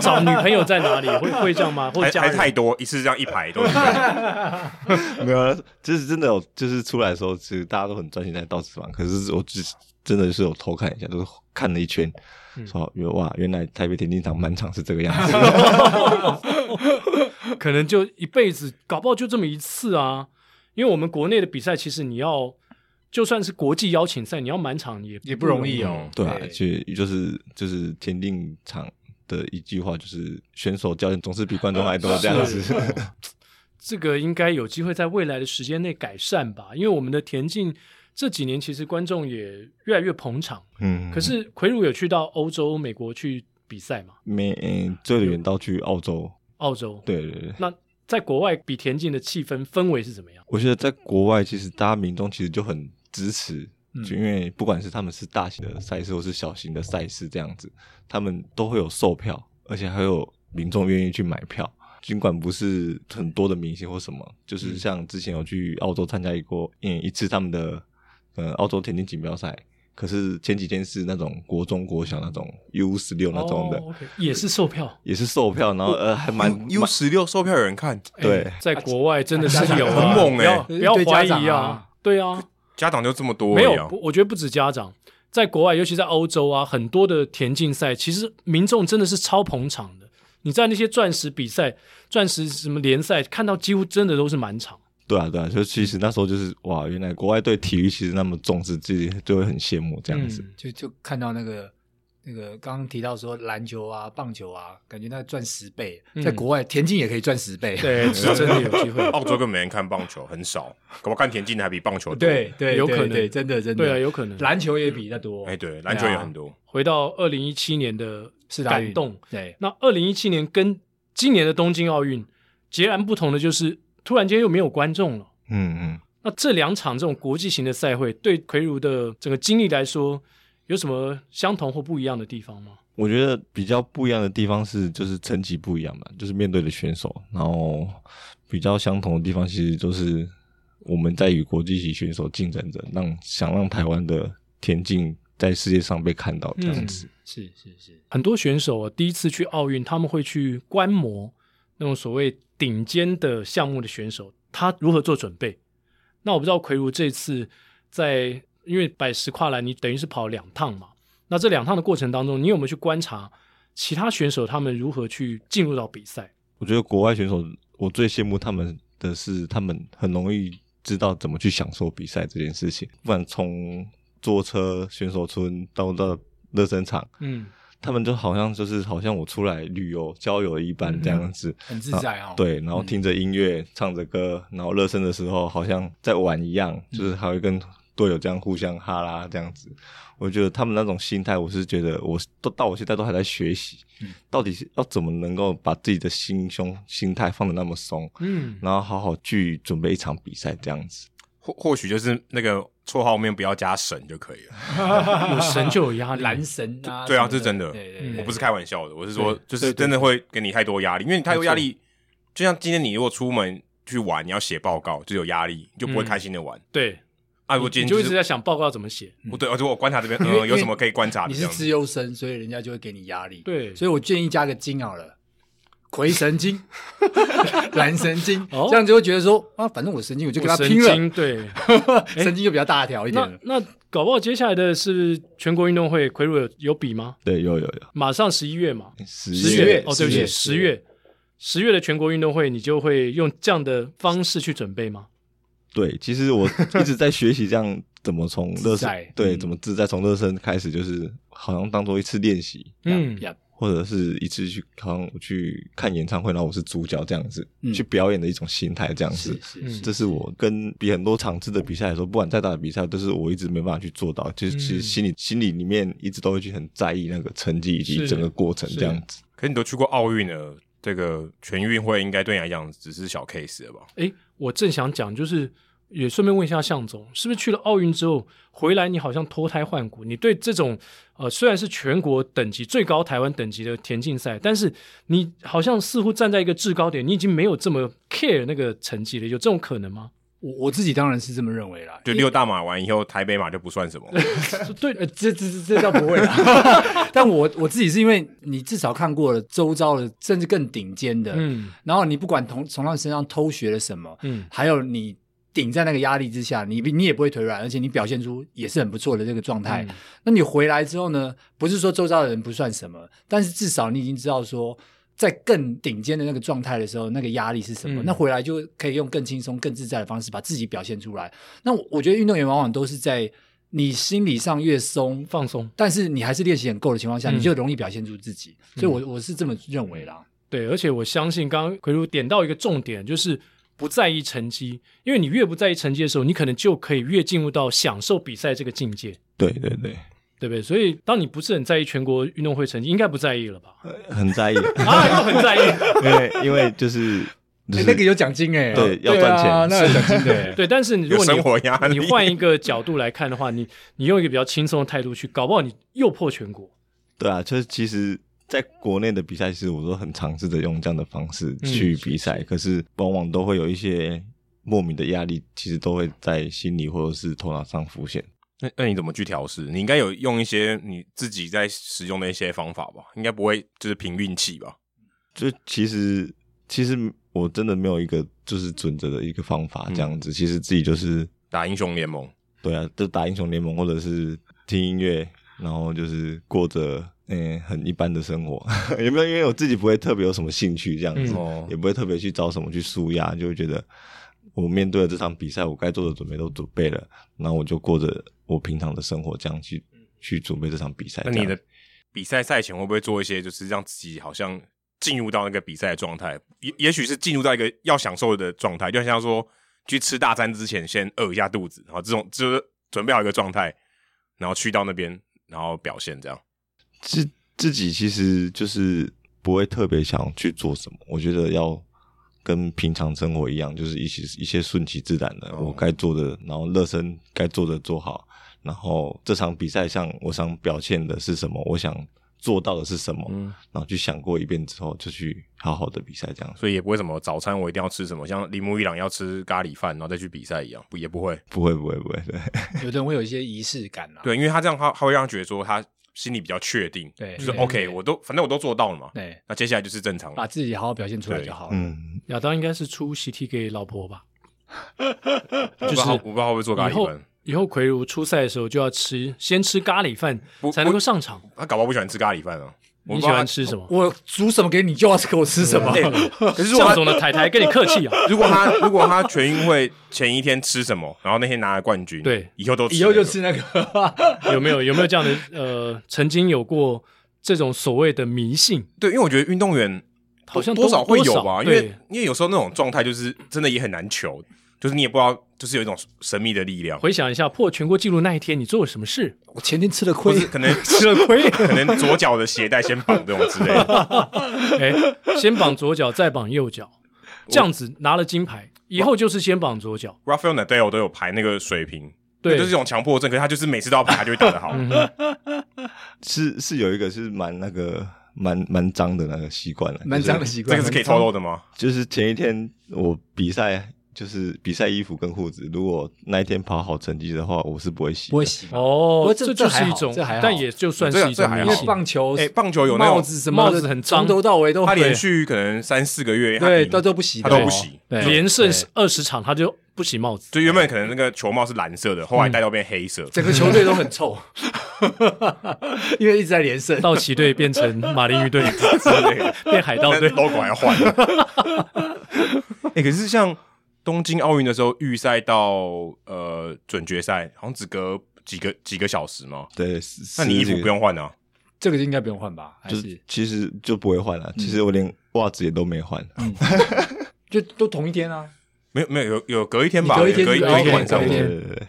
找女朋友在哪 里？会会这样吗？或
哎
者
还
家
还
人
太多，一次这样一排 都是这样
没有啊，就是真的有，就是出来的时候，其实大家都很专心在倒刺嘛。可是我只真的是有偷看一下，就是看了一圈，
嗯
说原哇，原来台北田径场满场是这个样 子。
可能就一辈子，搞不好就这么一次啊。因为我们国内的比赛，其实你要就算是国际邀请赛，你要满场也
也不容易哦
嗯，
对啊，去就是就是田径场的一句话就是选手教练总是比观众爱多这样子。
这个应该有机会在未来的时间内改善吧，因为我们的田径这几年其实观众也越来越捧场。
嗯，
可是奎儒有去到欧洲、美国去比赛嘛？
没、嗯最远到去澳洲，
澳洲，
对对对。
那在国外比田径的气氛氛围是怎么样？
我觉得在国外，其实大家民众其实就很支持，
嗯
就因为不管是他们是大型的赛事或是小型的赛事这样子，他们都会有售票，而且还有民众愿意去买票。尽管不是很多的明星或什么，就是像之前有去澳洲参加一过嗯一次他们的呃澳洲田径锦标赛，可是前几天是那种国中国小那种 U 十六那种的，
哦，OK，也 是售票。
也是售票，然后呃还蛮 蛮
，U 十六售票有人看，
对
哎在国外真的是有啊，
很猛
不要
哎
不要
欸对
怀
家长
疑啊
啊，
对啊，
家长就这么多而
没
已
有
啊，
不我觉得不止家长，在国外，尤其在欧洲啊，很多的田径赛，其实民众真的是超捧场的。你在那些钻石比赛、钻石什么联赛，看到几乎真的都是满场。
对啊，对啊，就其实那时候就是哇，原来国外对体育其实那么重视，自己就会很羡慕这样子。
嗯
就就看到那个那个刚刚提到说篮球啊、棒球啊，感觉那赚十倍，
嗯
在国外田径也可以赚十倍。
对，是真的有机 会。
澳洲根本没人看棒球，很少，搞不好看田径的还比棒球多。
对对，
有可能
对，真的真的，
对啊，有可能。
篮球也比那多。
哎，对，篮球也很多。
回到二零一七年的
是大运
感动，
对，
那二零一七年跟今年的东京奥运截然不同的就是，突然间又没有观众了。
嗯嗯，
那这两场这种国际型的赛会，对魁儒的整个经历来说，有什么相同或不一样的地方吗？
我觉得比较不一样的地方是，就是层级不一样嘛，就是面对的选手，然后比较相同的地方其实就是我们在与国际级选手竞争着，让想让台湾的田径在世界上被看到这
嗯
样子。
是是是，
很多选手啊，第一次去奥运，他们会去观摩那种所谓顶尖的项目的选手，他如何做准备。那我不知道奎如这次在，因为百十跨栏你等于是跑两趟嘛，那这两趟的过程当中，你有没有去观察其他选手他们如何去进入到比赛？
我觉得国外选手，我最羡慕他们的是，他们很容易知道怎么去享受比赛这件事情。不然从坐车选手村到到热身场，
嗯，
他们就好像就是好像我出来旅游郊游一般这样子。
很自在哦。
对，然后
嗯
听着音乐，唱着歌，然后热身的时候好像在玩一样，就是还会跟队友这样互相哈拉这样子，我觉得他们那种心态，我是觉得我都到我现在都还在学习，
嗯
到底是要怎么能够把自己的心胸心态放的那么松，
嗯，
然后好好去准备一场比赛这样子。
或或许就是那个绰号后面不要加神就可以了。
有神就有压力，
男神啊，
对啊，这是
什么
真的，
对对
嗯
对，
我不是开玩笑的，我是说，就
对
是
对
真的会给你太多压力，因为你太多压力，就像今天你如果出门去玩，你要写报告，就有压力，你就不会
嗯
开心的玩。
对，
啊，我
你
今天
就一
是
直在想报告怎么写，
不对，而且哦我观察这边，
因
嗯，
为
有什么可以观察的
你
这
是
样
资
子？
优生，所以人家就会给你压力。
对
所以我建议加个筋好了，葵神经、 蓝神经，
哦
这样就会觉得说啊，反正我神经我就跟他
我神
拼了，
经对，
神经就比较大条一点
那
了。
那搞不好接下来的是全国运动会，奎鲁有有比吗？
对，有有有，
马上十一月嘛，
十
十
月
哦，对不
十
起，
月
十月，十月的全国运动会，你就会用这样的方式去准备吗？
对，其实我一直在学习 这样怎么从热
自在
身，对，
嗯
怎么自在从热身开始，就是好像当做一次练习，
嗯，
呀，
或者是一次去好像我去看演唱会，然后我是主角这样子，
嗯
去表演的一种心态这样
是
子。
是
嗯
是，
这是我跟比很多场次的比赛来说，不管再大的比赛，都是我一直没办法去做到。其实，
嗯
其实心里心里里面一直都会去很在意那个成绩以及
是
整个过程这样子。
可你都去过奥运了，这个全运会应该对你来讲只是小 case 了吧？
诶，我正想讲，就是也顺便问一下向总，是不是去了奥运之后回来，你好像脱胎换骨？你对这种呃，虽然是全国等级最高台湾等级的田径赛，但是你好像似乎站在一个制高点，你已经没有这么 care 那个成绩了，有这种可能吗？
我我自己当然是这么认为啦。
就六大马完以后，台北马就不算什么。
对，呃这这这这倒不会啦。 但我我自己是因为你至少看过了周遭的，甚至更顶尖的，
嗯
然后你不管从从他们身上偷学了什么，
嗯
还有你顶在那个压力之下，你你也不会腿软，而且你表现出也是很不错的这个状态。
嗯
那你回来之后呢，不是说周遭的人不算什么，但是至少你已经知道说。在更顶尖的那个状态的时候，那个压力是什么？
嗯
那回来就可以用更轻松、更自在的方式把自己表现出来。那我我觉得运动员往往都是在你心理上越松，
放松。
但是你还是练习很够的情况下，
嗯
你就容易表现出自己。所以我，我是这么认为啦。
对，而且我相信刚刚奎如点到一个重点，就是不在意成绩，因为你越不在意成绩的时候，你可能就可以越进入到享受比赛这个境界，
对对对，
对不对？所以，当你不是很在意全国运动会成绩，应该不在意了吧？
很在意，
啊，又很在意，
因为因为就是
诶
就是
那个有奖金哎、
对要
啊
赚钱
那有奖金的、欸。
对。但是你如果
有生活压
你
力
你换一个角度来看的话，你你用一个比较轻松的态度去，搞不好你又破全国。
对啊，就是其实在国内的比赛，其实我都很尝试着用这样的方式去比赛，可嗯是往往都会有一些莫名的压力，其实都会在心里或者是头脑上浮现。
那那你怎么去调试？你应该有用一些你自己在使用的一些方法吧？应该不会就是凭运气吧？
就其实其实我真的没有一个就是准则的一个方法这样子，其实自己就是
打英雄联盟，
对啊，就打英雄联盟或者是听音乐，然后就是过着。嗯，很一般的生活， 有没有？因为我自己不会特别有什么兴趣这样子，
嗯
哦
也不会特别去找什么去舒压，就会觉得我面对了这场比赛，我该做的准备都准备了，然后我就过着我平常的生活，这样去去准备这场比赛。
嗯那
这
你
样
的比赛赛前会不会做一些，就是让自己好像进入到那个比赛的状态？也也许是进入到一个要享受的状态，就像说去吃大餐之前先饿一下肚子，然后这种就是准备好一个状态，然后去到那边，然后表现这样。
自自己其实就是不会特别想去做什么，我觉得要跟平常生活一样，就是一些一些顺其自然的，
哦
我该做的，然后热身该做的做好，然后这场比赛上我想表现的是什么，我想做到的是什么，
嗯
然后去想过一遍之后，就去好好的比赛这样，
所以也不会什么早餐我一定要吃什么，像铃木一朗要吃咖喱饭，然后再去比赛一样，不也不会。
不会不会不会，对，
有的人会有一些仪式感啊。
对，因为他这样他他会让他觉得说他心里比较确定，
对
就是
对
OK，
对
我都反正我都做到了嘛，
对，
那接下来就是正常
啊
把
了。
自己好好表现出来就好了。
嗯，
亚当应该是出习题给老 婆吧？
我不知道我不知道会不会做咖
以
喱
后
饭，
以后奎如出赛的时候就要吃，先吃咖喱饭
不
才能够
不
上场。
他搞不好不喜欢吃咖喱饭啊。我不
你
知
喜
道他
欢吃什么？
我煮什么给你，就要给我吃什么。
啊可是如果
向
他
总的太太跟你客气啊。
如果他如果他全运会前一天吃什么，然后那天拿了冠军，
对，
以后都吃
以后就
那个
吃那个。
有没有有没有这样的呃，曾经有过这种所谓的迷信？
对，因为我觉得运动员
好像
多
都
少会有
多少
吧，因
对
为因为有时候那种状态就是真的也很难求，就是你也不知道，就是有一种神秘的力量，
回想一下破全国纪录那一天，你做了什 么事？
我前天吃了
或
亏
是，可能
吃了亏。
可能左脚的鞋带先绑这种之类的。
哎，先绑左脚，再绑右脚，这样子拿了金牌以后就是先绑 左脚。
Rafael Nadal 都有排那个水平，
对，
就是这种强迫症，可是他就是每次都要排，他就会打得好。
嗯哼
是是有一个是蛮那个蛮蛮脏的那个习惯了，啊
蛮
就是
脏的习
这
惯。
个是可以透露的吗？
嗯
就是前一天我比赛，就是比赛衣服跟裤子，如果那一天跑好成绩的话，我是不会洗的。
不会洗吧？
哦
不，过这
这
这
就是
还
一
好
种
这还，好
但也就算
这
是
个
一
这
种
个还
因
好
迷
为
信。
棒球，
哎棒球有那种
帽子什么的
帽子很脏
从头到尾都
他连
对
续可能三四个月，他
对
赢
都都不洗的
他
哦，
都不洗。
对，
连胜
对
二十场，他就不洗帽子。
就原本可能那个球帽是蓝色的，后
嗯
来戴到变 黑色。
整个球队都很臭，因为一直在连胜。
道奇队变成马林鱼队之类的，变海盗
那
队。
logo 还要换。 哎、可是像东京奥运的时候，预赛到呃准决赛，好像只隔几个几个小时嘛。
对，
那你衣服不
用，
用换啊？
这个应该不用换吧？还
就是是其实就不会换
嗯
了。其实我连袜子也都没换，
就都同一天啊？
没有没有有有隔一天吧，
你隔一
有
天
隔一
就
隔一天
要
晚
换
上
隔一
对
天
对对对。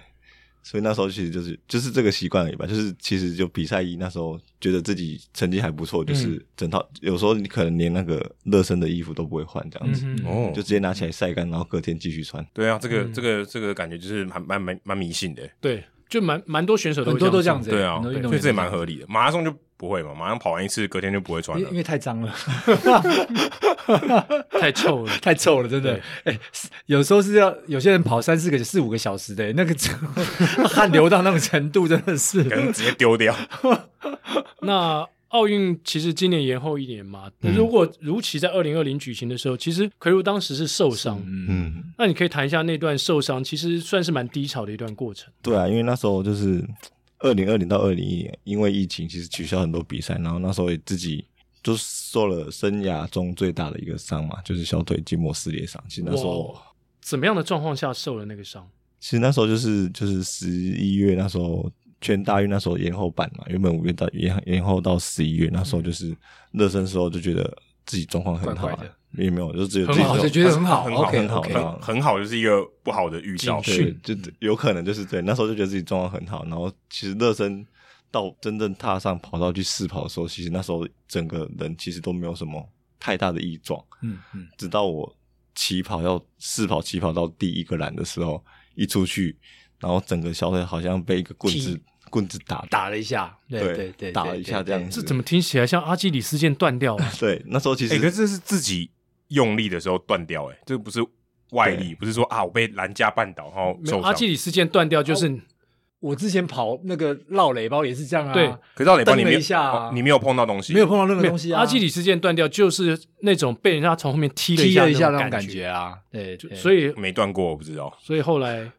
所以那时候其实就是就是这个习惯而已吧，就是其实就比赛衣那时候觉得自己成绩还不错，就是
嗯
整套、有时候你可能连那个热身的衣服都不会换这样子，
嗯哼，
哦
就直接拿起来晒干，然后隔天继续穿。
对啊，这个、
嗯
这个这个感觉就是蛮蛮蛮蛮迷信的。
对，就蛮蛮多选手
很多
都
都
会
这
这
样
样
子，
子。
对啊，
很多运动员
所以这也蛮合理的。马拉松就不会嘛，马上跑完一次，隔天就不会穿
因
了
为 因。为太脏了，
太臭 了。
太臭了，真的。哎，是有时候是要有些人跑三四个、四五个小时的，那个 汗流到那种程度，真的是
可能直接丢掉，
那奥运其实今年延后一年嘛，
嗯
如果如期在二零二零举行的时候，其实奎如当时是受伤。
嗯，
那你可以谈一下那段受伤，其实算是蛮低潮的一段过程。
对啊，因为那时候就是二零二零到二零一年，因为疫情其实取消很多比赛，然后那时候也自己就受了生涯中最大的一个伤嘛，就是小腿筋膜撕裂伤。其实那时候
哇，怎么样的状况下受了那个伤？
嗯
其实那时候就是就是十一月那时候。全大运那时候延后办嘛，原本五月到延延后到十一月，那时候就是热身的时候就觉得自己状况很好
怪
啊，
怪的
也没有，就只有自己
很好
我
状
就觉得很好
很好
，OK
很好
OK
很。好
很很好，就是一个不好的预兆。
警
对，
讯
就有可能就是对，那时候就觉得自己状况很好，然后其实热身到真正踏上跑道去试跑的时候，其实那时候整个人其实都没有什么太大的异状，
嗯嗯，
直到我起跑要试跑起跑到第一个栏的时候，一出去，然后整个小腿好像被一个棍子
踢
棍子打
打了一下，对
对
对对，
打了一下这样
这
子，
怎么听起来像阿基里斯腱断掉 啊？
对？那时候其
哎、
实、
可是这是自己用力的时候断掉、欸，哎，这个不是外力，不是说啊我被篮架绊倒然后
没有
受
阿
啊
伤。
基里斯腱断掉就是
哦我之前跑那个绕垒包也是这样啊，
对
可是到底帮你没
蹬了
有、
一下啊
哦你没有碰到东西，
没有碰到任何
没
东西
有
啊，
阿基里斯腱断掉就是那种被人家从后面踢了
踢了一下
那种
那种感
觉。
觉啊，对，
就
对嗯
所以，
没断过，我不知道。
所以后来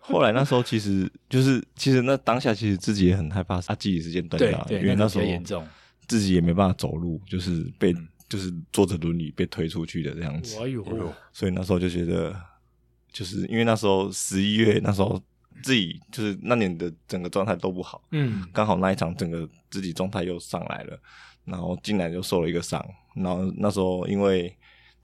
后来那时候其实就是，其实那当下其实自己也很害怕，他记忆时间断
对
掉，啊
对，
因为
那个
时
比
候
较严重，嗯
自己也没办法走路，就是被、就是坐着轮椅被推出去的这样子
我，有
所以那时候就觉得，就是因为那时候十一月那时候自己就是那年的整个状态都不好，
嗯，
刚好那一场整个自己状态又上来了，然后进来就受了一个伤，然后那时候因为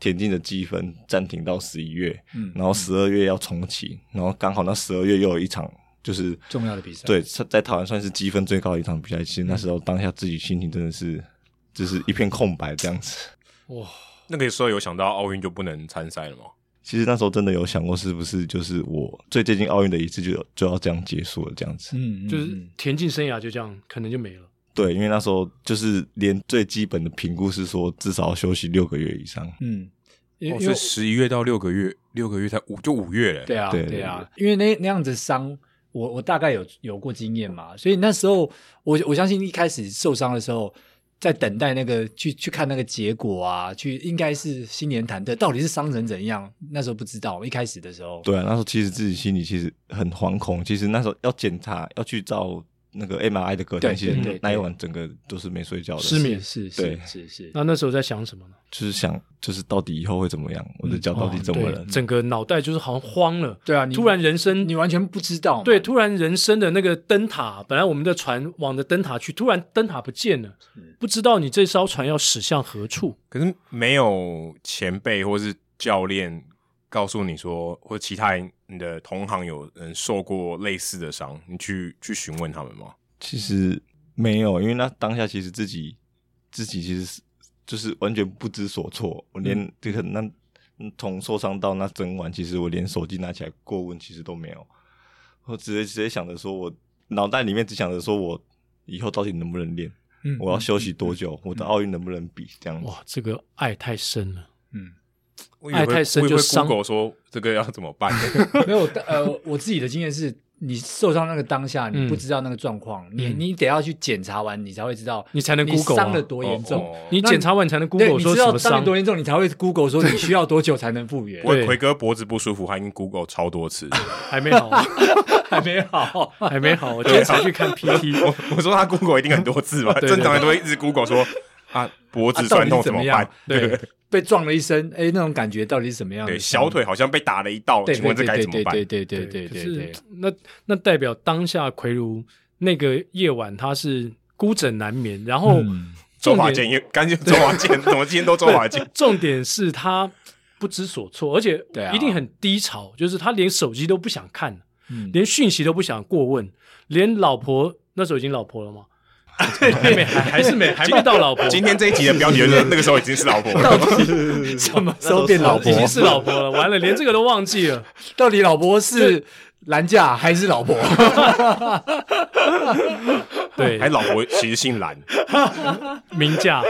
田径的积分暂停到十一月，
嗯
然后十二月要重启，然后刚好那十二月又有一场就是
重要的比赛
对，在在台湾算是积分最高的一场比赛。其实那时候当下自己心情真的是就是一片空白这样子。
哇，
那个时候有想到奥运就不能参赛了吗？
其实那时候真的有想过，是不是就是我最接近奥运的一次就就要这样结束了这样子？
嗯，嗯，
就是
嗯
田径生涯就这样，可能就没了。
对，因为那时候就是连最基本的评估是说至少要休息六个月以上。
嗯，因
哦，
为因
所
为
以十一月到六个月，六个月才五就五月了。
对啊，
对
对啊，因为那那样子伤，我我大概有有过经验嘛，所以那时候我我相信一开始受伤的时候，在等待那个去去看那个结果啊，去应该是心连忐忑，到底是伤成怎样？那时候不知道，一开始的时候，
对啊，那时候其实自己心里其实很惶恐。其实那时候要检查，要去照那个 MRI 的隔天，
对
其
对
实
对
那一晚整个都是没睡觉的，
失眠
是
对
是是是，
那那时候在想什么呢？
就是想就是到底以后会怎么样，我的脚到底
哦
怎么
对
了？
整个脑袋就是好像慌了。
对啊，你
突然人生
你完全不知道嘛，
对，突然人生的那个灯塔，本来我们的船往着灯塔去，突然灯塔不见了，不知道你这艘船要驶向何处。
可是没有前辈或是教练告诉你说，或者其他人你的同行有人受过类似的伤，你去去询问他们吗？
其实没有，因为那当下其实自己自己其实是就是完全不知所措，我连这个那嗯从受伤到那整晚，其实我连手机拿起来过问其实都没有，我直接直接想着说我脑袋里面只想着说我以后到底能不能练，
嗯
我要休息多久，我的奥运能不能比这样子。
哇，这个爱太深了。
嗯，
我以为
爱太深
我以为
就伤
Google 说这个要怎么 办？
没有呃，我自己的经验是，你受伤那个当下，你
嗯
不知道那个状况，你
嗯
你得要去检查完，你才会知道，
你才能 Google 啊
伤的多严重。
哦哦
你检查完才能
对，
Google
你
说
知
什
道
么
伤
伤
得，多严重，你才会 Google 说你需要多久才能复原
我
对
奎哥脖子不舒服，他已经 Google 超多次。
还没好，
还没好。
还没好。我今天才去看 PT，
我我说他 Google 一定很多次 吧，
对
正常人都会一直 Google 说啊脖子酸痛
啊到底是怎么
么
样
办？
对，
被撞了一身，哎，那种感觉到底是什么样的
对，
伤？
小腿好像被打了一道，
对，
请问这该
对
怎么办？
对对对对
可
对
是
对对，
那那代表当下奎如那个夜晚他是孤枕难眠，然后
嗯
周
重
华
点
健也干脆周华健， 怎么今天都周华健？
重点是他不知所措，而且
对啊
一定很低潮，就是他连手机都不想看，
嗯
连讯息都不想过问，连老婆那时候已经老婆了 吗？还没，还还是没，还没到老 婆。
今天这一集的标题就是那个时候已经是老婆了，
什么时候变老婆
已？ 经是老婆了，完了，连这个都忘记 了。
到底老婆是懒假还是老婆？
对
还，老婆其实姓蓝，
名 价。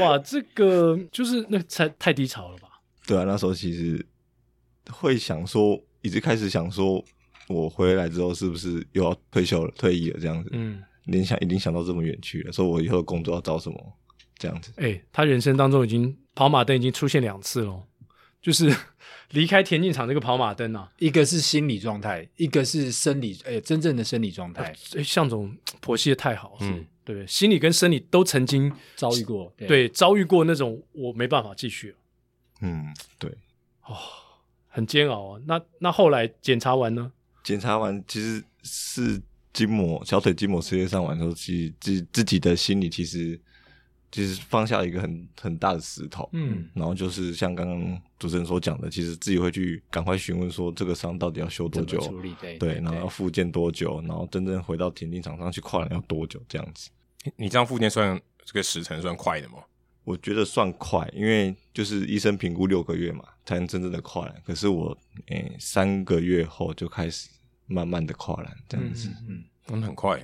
哇，这个就是那太太低潮了吧？
对啊，那时候其实会想说，一直开始想说，我回来之后是不是又要退休了、退役了这样子？
嗯，
联想已经想到这么远去了，说我以后的工作要找什么这样子。
哎、他人生当中已经跑马灯已经出现两次了，就是 离开田径场这个跑马灯啊。
一个是心理状态，一个是生理，哎，真正的生理状态
哎，向总剖析的太好，是、
嗯
对不对？心理跟生理都曾经
遭遇过。对
对遭遇过那种我没办法继续了，哦
嗯，对。
很煎熬啊。那那后来检查完呢？
检查完其实是筋膜小腿筋膜撕裂上完之后，其实自自己的心里其实其实放下了一个很很大的石头。
嗯，
然后就是像刚刚主持人所讲的，其实自己会去赶快询问说这个伤到底要修多
怎么
久，
处理？对
对，然后要复健多久，然后真正回到田径场上去跨栏要多久这样子。
你这样复健算这个时辰算快的吗？
我觉得算快，因为就是医生评估六个月嘛，才能真正的跨栏。可是我诶、三个月后就开始慢慢的跨栏这样子。
嗯，
嗯，很快，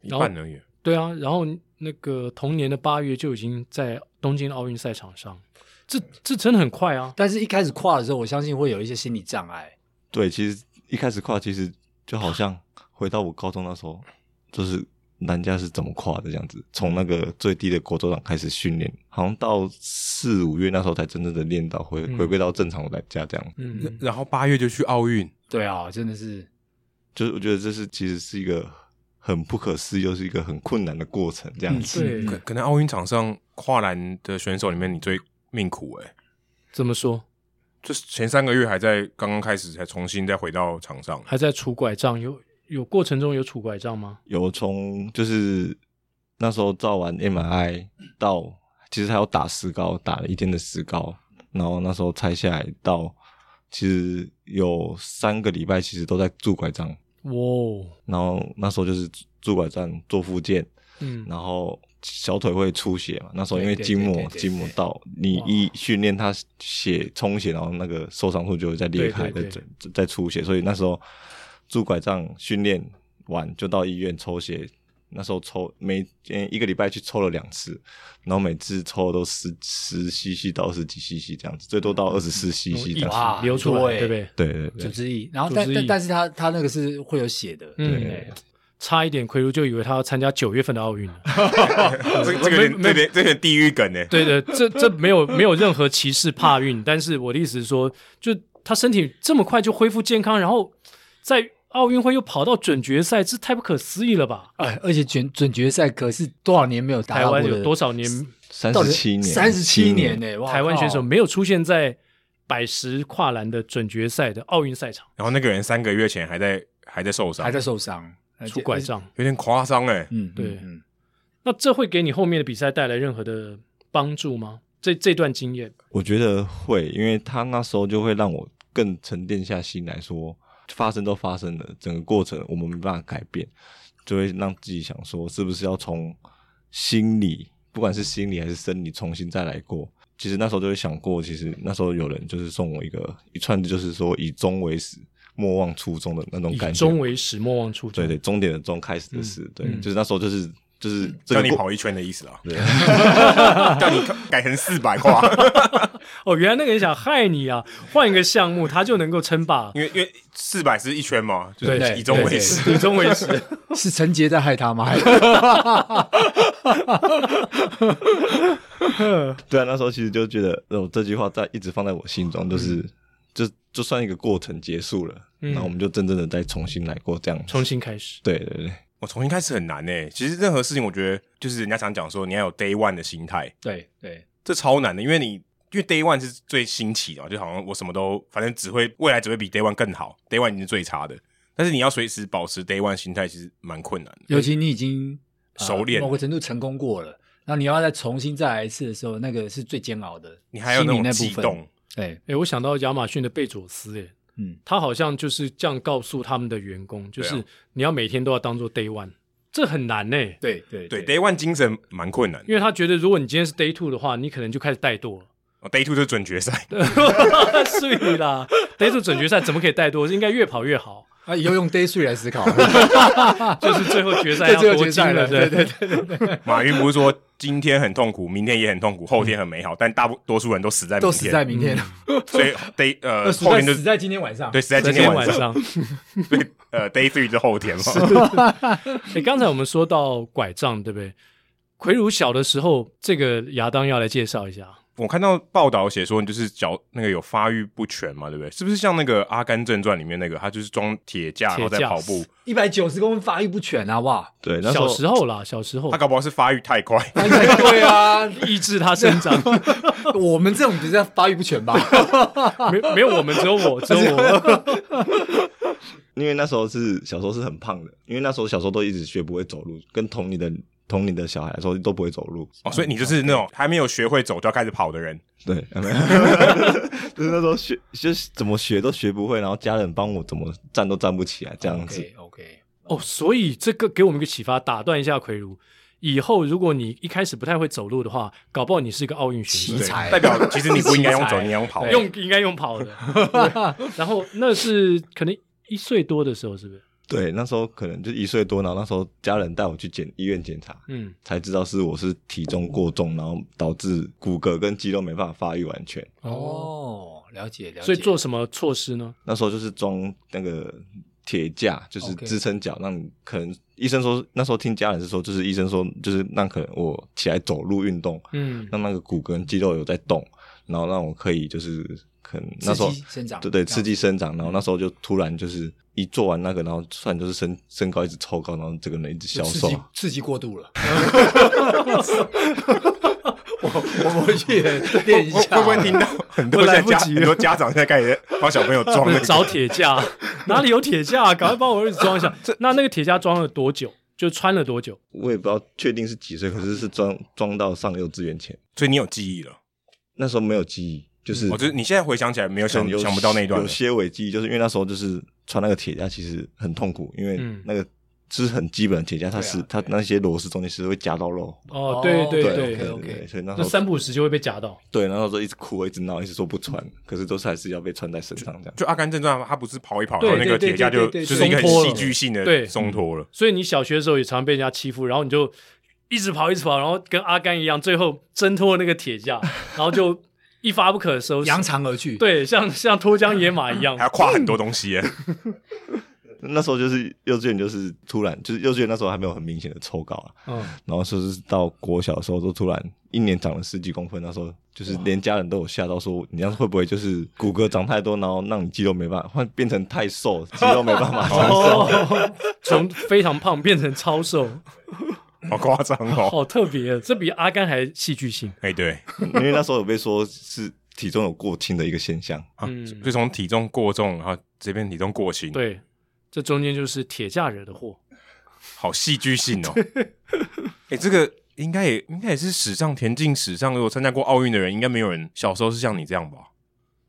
一
然后
半而已。
对啊，然后那个同年的八月就已经在东京奥运赛场上，这这真的很快啊。
但是一开始跨的时候，我相信会有一些心理障碍。
对，其实一开始跨，其实就好像回到我高中那时候，就是人家是怎么跨的这样子，从那个最低的国州长开始训练，好像到四五月那时候才真正的练到回
嗯
回归到正常的家这样。
嗯，
然后八月就去奥运，
对啊，真的是
就是我觉得这是其实是一个很不可思议，又是一个很困难的过程
嗯
嗯
这样子。
对
可，可能奥运场上跨栏的选手里面，你最命苦哎、
怎么说？
就是前三个月还在刚刚开始，才重新再回到场 上。
还在拄拐杖，有有过程中有拄拐杖吗？
有从就是那时候照完 MRI 到，其实还有打石膏，打了一天的石膏，然后那时候拆下来到，其实有三个礼拜其实都在拄拐杖，
哇哦，
然后那时候就是拄拐杖做复健，
嗯，
然后小腿会出血嘛，那时候因为
对对
筋
对
膜
对对
筋膜到你一训练它血充血，然后那个受伤处就会再裂开，
对
再
对
再再出血，所以那时候拄拐杖训练完就到医院抽血，那时候抽每呃一个礼拜去抽了两次，然后每次抽都十十 cc 到二十几 cc 这样子，最多到二十四 cc 这样子。
嗯哇
流出
很多
来，
欸
对不对？
对对
组
对，
织意，然后
组织
但但
意
但是他他那个是会有血的，
嗯
对，
差一点，奎如就以为他要参加九月份的奥运了。
这个这个有点这有点这有点地狱梗哎、
对的，这这没有没有任何歧视怕运，但是我的意思是说，就他身体这么快就恢复健康，然后在奥运会又跑到准决赛，这太不可思议了吧？
哎，而且准准决赛可是多少年没有打
台
到过
湾
的
有多少年
三
到
十
底
七年，
三十七年呢，哇
台湾选手
靠
没有出现在百十跨栏的准决赛的奥运赛场，
然后那个人三个月前还在还在受伤，
还在受伤，
拄拐，杖？
有点夸张哎、
嗯，
对
嗯，嗯
那这会给你后面的比赛带来任何的帮助吗？这这段经验？
我觉得会，因为他那时候就会让我更沉淀下心来说，发生都发生了，整个过程我们没办法改变，就会让自己想说，是不是要从心理，不管是心理还是生理，重新再来过。其实那时候就会想过，其实那时候有人就是送我一个一串，就是说以终为始，莫忘初衷的那种
以
感觉。
终为始，莫忘初衷。
对对，终点的终，开始的始，对，
嗯
就是那时候就是就是这
叫
个
你
过
跑一圈的意思啊，
对，
叫你改成四百话，
哦，原来那个人想害你啊！换一个项目，他就能够称霸。
因为因为四百是一圈嘛，就
对
是以终为始。
以终为始，
是陈杰在害他吗？
对啊，那时候其实就觉得，哦，这句话在一直放在我心中，就是、就就算一个过程结束了，
嗯
然后我们就真正的再重新来过这样子。
重新开始。
对对对，
我重新开始很难呢、其实任何事情，我觉得就是人家常讲说，你要有 day one 的心态，
对对，
这超难的，因为你因为 day one 是最新奇的嘛，就好像我什么都反正只会未来只会比 day one 更好，day one 已经是最差的。但是你要随时保持 day one 心态，其实蛮困难的。
尤其你已经、呃
熟练
某个程度成功过了，然后你要再重新再来一次的时候，那个是最煎熬的。
你还有
心
那
理
种
那
悸
部分
动，，
对，
哎、我想到亚马逊的贝佐斯、哎，
嗯，
他好像就是这样告诉他们的员工，就
对啊
是你要每天都要当做 day one，这很难呢、哎
对对
对 day one 精神蛮困难的。
因为他觉得如果你今天是 day two 的话，你可能就开始怠惰了。
哦 day two 就是准决赛，
所以啦，day two 准决赛怎么可以怠惰？应该越跑越好，
啊，以后用 day three 来思考，
就是最后 决赛
在
啊要
最后
夺
决
金
赛
了，
了，对
对
对对对，
马云不是说今天很痛苦，明天也很痛苦，后天很美好，但大部多数人都死在明
都死在
天，
明天，
所以 day 呃
呃死
后
在
天就
死在今天晚上，
对死在今
在啊今天
晚
晚，上，
所以呃 day three 是后 天嘛，
哎、刚才我们说到拐杖，对不对？魁如小的时候，这个亚当要来介绍一下。
我看到报道写说，你就是脚那个有发育不全嘛，对不对？是不是像那个《阿甘正传》里面那个，他就是装铁架然
铁
后
架
在跑步，
一百九十公分发育不全 啊，哇，
对，那时
小
候
时候啦，小时候
他搞不好是发育太 快，
对啊，
抑制他生长，
我们这种比较发育不全吧，
没没有我们，只有我，只有我。
因为那时候是小时候是很胖的，因为那时候小时候都一直学不会走路，跟同龄的同龄的小孩来说都不会走路。
哦，所以你就是那种还没有学会走就要开始跑的人，
对， 就是那时候学就是怎么学都学不会，然后家人帮我怎么站都站不起来这样子。
OK，
哦，所以这个给我们一个启发，打断一下奎如。以后如果你一开始不太会走路的话，搞不好你是一个奥运选
奇
手，
才
代表其实你不应该用
奇
走，
才
你要用跑。
对
用应该用跑的。对然后那是可能一岁多的时候，是不是？
对，那时候可能就一岁多，然后那时候家人带我去检医院检查，
嗯，
才知道是我是体重过重，然后导致骨骼跟肌肉没办法发育完全。
哦，
哦，了解了解，
所以做什么措施呢？
那时候就是装那个铁架，就是
OK
支撑脚，让你可能医生说那时候听家人是说，就是医生说就是让可能我起来走路运动，
嗯，
让那个骨骼跟肌肉有在动，然后让我可以就是可能那时候
刺激生长嗯
对对，
这样
刺激生长。然后那时候就突然就是一做完那个，然后突然就是身身高一直抽高，然后整个人一直消
就刺
瘦
激。刺激过 度了，我我们回去也练一
会
下，
会不会 听到很多
我来
现在
不
家
及
很
了
多家长现在开始帮小朋友装
不
那
是
个
找铁架，哪里有铁架、啊？赶快帮我儿子装一下。那那个铁架装了多久？就穿了多久？
我也不知道确定是几岁，可是是装装到上幼稚园前，
所以你有记忆了，
那时候没有记忆，就是
嗯我就是你现在回想起来没有想
可能有
想不到那一段
有
了，
些伪记忆，就是因为那时候就是穿那个铁架，其实很痛苦，因为
嗯
那个就是很基本的铁架，它
啊
是、它那些螺丝中间是会夹到肉。
哦
哦，
对对
对
对
对，
对
OK，OK
对所以那时
那
候
三不五时就会被夹到。
对，然后说一直哭，一直闹，一直说不穿，可是都是还是要被穿在身上这样。
就《阿甘正传》，他不是跑一跑，
对
然后那个铁架就
对对对对对
就是一个很
松脱了
戏剧性
对
的松脱了。
所以你小学的时候也常被人家欺负，然后你就一直跑，一直跑，然后跟阿甘一样，最后挣脱那个 铁架，然后就一发不可收拾。
扬长而去，
对，像像脱缰野马一 样
还。要跨很多东西耶，
那时候就是幼稚园，就是突然就是幼稚园那时候还没有很明显的抽高啊，
嗯，
然后说是到国小的时候都突然一年长了十几公分，那时候就是连家人都有吓到说，你这样会不会就是骨骼长太多，然后让你肌肉没办法，会变成太瘦，肌肉没办 法承受。
哦，从非常胖变成超瘦，
嗯
好夸张哦！
好特别，这比阿甘还戏剧性。
哎，对，
因为那时候有被说是体重有过轻的一个现象，
啊
嗯，
所以从体重过重，然后这边体重过轻，，
对，这中间就是铁架惹的祸。
好戏剧性哦。哎，这个应该也应该也是史上田径史上有参加过奥运的人，应该没有人小时候是像你这样吧？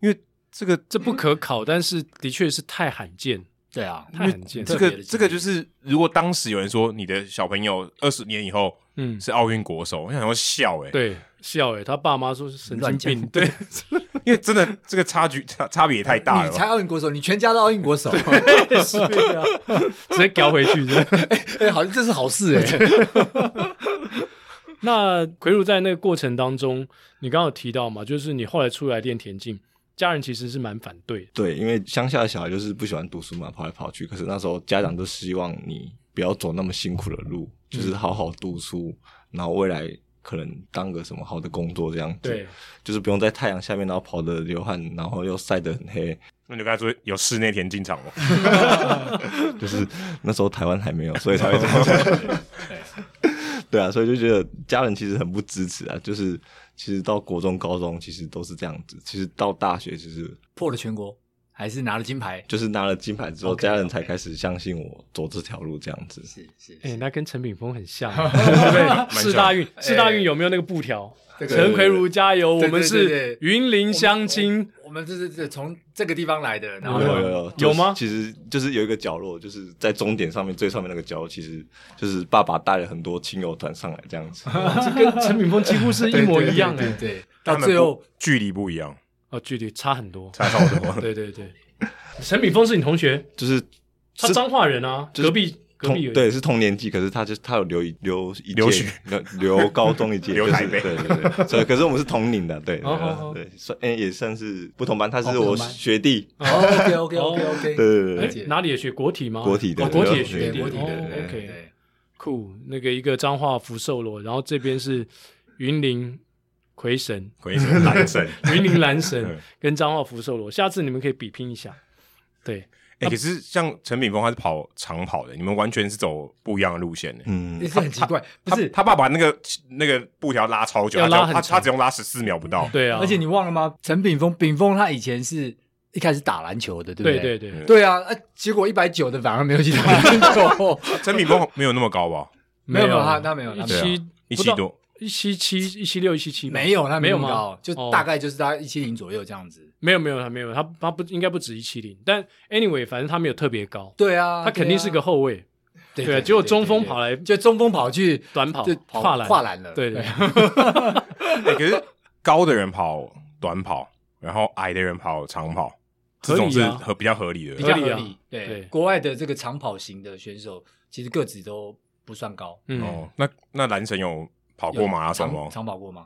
因为这个
这不可考，但是的确是太罕见，
对啊，
太罕见。
这
特别
个
的经历
这个就是，如果当时有人说你的小朋友二十年以后
嗯，
是奥运国手，我想要笑哎、欸，
对，笑诶、他爸妈说是神经
乱讲
病，对，
因为真的这个差距差差别也太大了
你
吧
才奥运国手，你全家都奥运国手，
是 啊，直接搞回去的。
哎，好像这是好事哎。
那奎如在那个过程当中，你刚刚有提到嘛，就是你后来出来练田径，家人其实是蛮反对的，
对，因为乡下的小孩就是不喜欢读书嘛，跑来跑去。可是那时候家长都希望你不要走那么辛苦的路，就是好好读书，然后未来可能当个什么好的工作这样子。
对，
就是不用在太阳下面，然后跑的流汗，然后又晒得很黑。
那你就跟他说有室内田径场哦，
就是那时候台湾还没有，所以才会这样讲。对啊，所以就觉得家人其实很不支持啊。就是其实到国中、高中其实都是这样子，其实到大学其实
破了全国，还是拿了金牌，
就是拿了金牌之后
OK，
家人才开始相信我走这条路这样子。
是是
哎、
是，
那跟陈炳峰很像啊，对不对？
像
四大运，四大运
哎
有没有那个布条？
这个
陈奎如加油，我
对
们
对对
是
对
云林乡 亲，
我们这是这从这个地方来的，然后
有有有有
有吗
就是其实就是有一个角落，就是在终点上面最上面那个角落，其实就是爸爸带了很多亲友团上来这样子。
这跟陈炳峰几乎是一模一样哎、
对对，到
他们
最后
不距离不一样，
哦，距离差很多，
差好多。
对对对，陈炳峰是你同学，
就是
他
是
彰化人啊，
就是
隔壁隔
同
壁有
对是同年纪，可是他就他有留一留一届
留学
留留高中 一届，
留
就是
台北
对对对，所以可是我们是同龄的，对对
哦哦哦
对对，算哎也算是不同班，他
哦
是
不同
我
班
学弟，
OK OK OK
哎
OK，
对对对
了解
哪里也学国体吗？
国体的
哦国体也
哦对
学
对
国体的
哦
对对
OK，
对，
酷，那个一个彰化福寿螺，然后这边是云林 魁神、
可以是男神，
云林蓝神
嗯
跟彰化福寿螺，下次你们可以比拼一下。对，
哎、可是像陈炳峰他是跑长跑的，你们完全是走不一样的路线的、
嗯
也，是很奇怪，不
他
是，
他爸把那个那个布条拉超久，
要
他只
拉很
他
长
他只用拉十四秒不到。
对啊，
而且你忘了吗？陈炳峰，炳峰他以前是一开始打篮球的，对不
对
对？
对
对。
对，
对啊，啊，结果一百九的反而没有去打篮 球，
陈炳峰没有那么高吧？
没有没有他他没有
一
他
没有
七
啊一七，多，
啊一七七一七六一七七
没有他
没有
那么
吗
高，就
哦
大概就是大概一七零左右这样子。
没有没有他没有他他不应该不止一七零，但 anyway 反正他没有特别高，
对啊，
他肯定是个后卫，
对啊
对啊结果中锋跑来
就中锋跑去
短跑
就
跨栏
跨栏了，
对对，
哎、可是高的人跑短跑，然后矮的人跑长跑，这种
合
是
理啊
合比较合理的。
比较
合
合
理
理
啊。对
对，国外的这个长跑型的选手，其实个子都不算高。
嗯，
哦，那那蓝神有跑过马拉松吗
长？长跑过吗？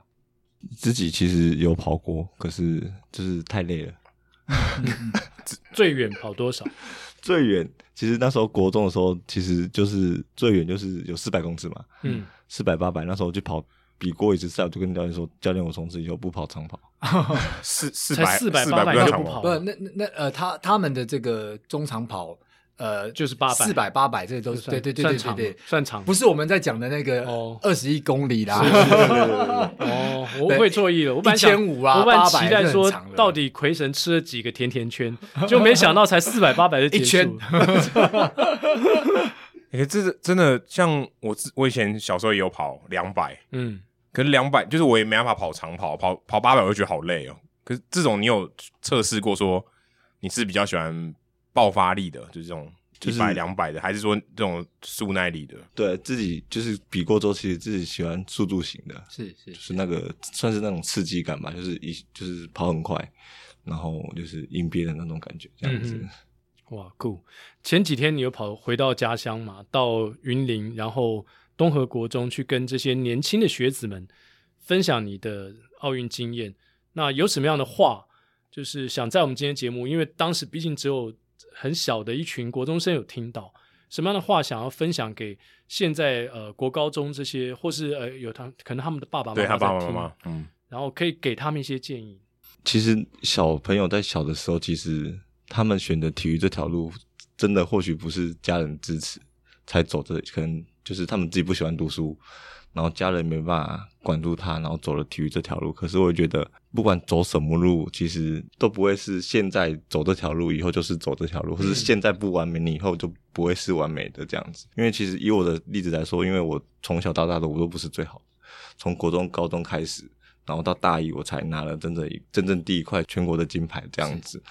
自己其实有跑过，可是就是太累了。
最远跑多少？
最远其实那时候国中的时候，其实就是最远就是有四百公尺嘛，
嗯，
四百八百，那时候就跑。比过一次赛，我就跟教练说：“教练，我从此以后不跑长跑。
四四
才
百
400
四
800
不要
就
长
不跑
跑
哦
不，那那那呃，他他们的这个中长跑，呃，
就是800
四百、八百，这个都
就是算
对对对
算
对
长
对对，
算长
不是我们在讲的那个
哦
二十一公里啦，
哦，我
对
会错意了，我本来想
1500啊
我本来
800
期待说
这很长了
到底魁神吃了几个甜甜圈，就没想到才四百八百就结
一圈
束。
哎、欸，这是真的，像我之我以前小时候也有跑两百，
嗯，
可是两百就是我也没办法跑长跑，跑跑八百我就觉得好累哦。可是这种你有测试过说你是比较喜欢爆发力的，就是这种
就
一
是
百两百的，还是说这种速耐力的？
对自己就是比过之后，其实自己喜欢速度型的，
是是
就，是那个算是那种刺激感吧，就是一就是跑很快，然后就是应变的那种感觉，这样子。
嗯哇酷！前几天你有跑回到家乡嘛，到云林，然后东河国中去跟这些年轻的学子们分享你的奥运经验。那有什么样的话，就是想在我们今天节目，因为当时毕竟只有很小的一群国中生有听到，什么样的话想要分享给现在呃国高中这些，或是呃有他可哦能他们的爸爸妈妈
对他爸爸妈
在听
妈，，嗯，
然后可以给他们一些建议。
其实小朋友在小的时候，其实他们选择体育这条路，真的或许不是家人支持才走的，可能就是他们自己不喜欢读书，然后家人没办法管住他，然后走了体育这条路。可是我觉得，不管走什么路，其实都不会是现在走这条路，以后就是走这条路，或是现在不完美，你以后就不会是完美的这样子。因为其实以我的例子来说，因为我从小到大的我都不是最好的。从国中、高中开始，然后到大一我才拿了真正一真正第一块全国的金牌这样子。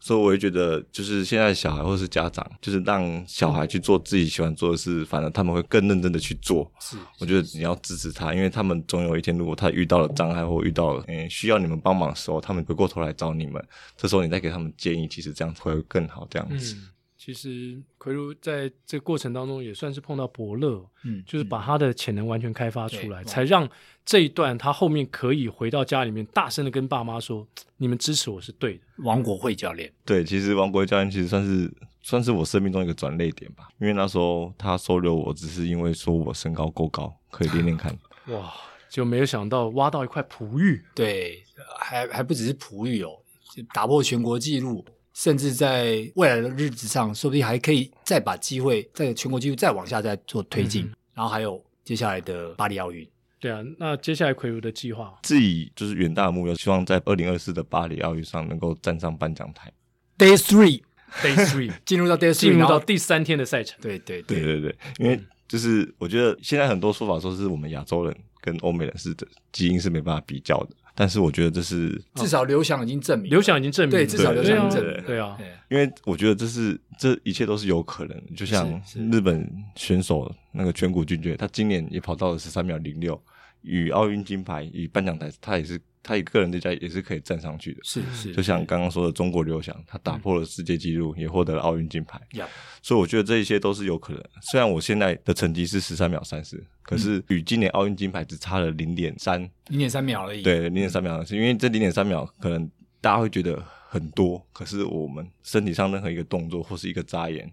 所以我会觉得，就是现在小孩或是家长，就是让小孩去做自己喜欢做的事，反而他们会更认真的去做。
是
我觉得你要支持他，因为他们总有一天，如果他遇到了障碍或遇到了嗯、需要你们帮忙的时候，他们回过头来找你们，这时候你再给他们建议，其实这样会更好。这样子，
嗯，其实奎如在这个过程当中也算是碰到伯乐，哦
嗯，
就是把他的潜能完全开发出来，
对
才让这一段他后面可以回到家里面大声的跟爸妈说：“你们支持我是对的。
王国慧教练，
对，其实王国教练其实算是算是我生命中一个转捩点吧，因为那时候他收留我，只是因为说我身高够高，可以练练看。”
哇，就没有想到挖到一块璞玉，
对，还还不只是璞玉哦，就打破全国纪录，甚至在未来的日子上，说不定还可以再把机会在全国纪录再往下再做推进。
嗯
然后还有接下来的巴黎奥运，
对啊。那接下来奎如的计划，
自己就是远大的目标，希望在二零二四的巴黎奥运上能够站上颁奖台。
Day Three
Day Three
进入到 Day Three，
进入
然
到
后
第三天的赛程，
对对
对
对，
对对，因为就是我觉得现在很多说法说是我们亚洲人跟欧美人是的基因是没办法比较的，但是我觉得这是
至少刘翔已经证明了，
刘翔已经证明了，
对至少
对啊
刘翔已经证明了
对啊，
对
因为我觉得这是这一切都是有可能的，就像
是是
日本选手那个全谷俊介，他今年也跑到了十三秒零六，与奥运金牌与颁奖台，他也是他一个人在家也是可以站上去的。
是是，
就像刚刚说的中国刘翔，他打破了世界纪录，也获得了奥运金牌。
呀
所以我觉得这一些都是有可能。虽然我现在的成绩是十三秒三十，可是与今年奥运金牌只差了零点三，
零点三秒而已，
对，零点三秒，因为这零点三秒可能大家会觉得很多，可是我们身体上任何一个动作或是一个眨眼，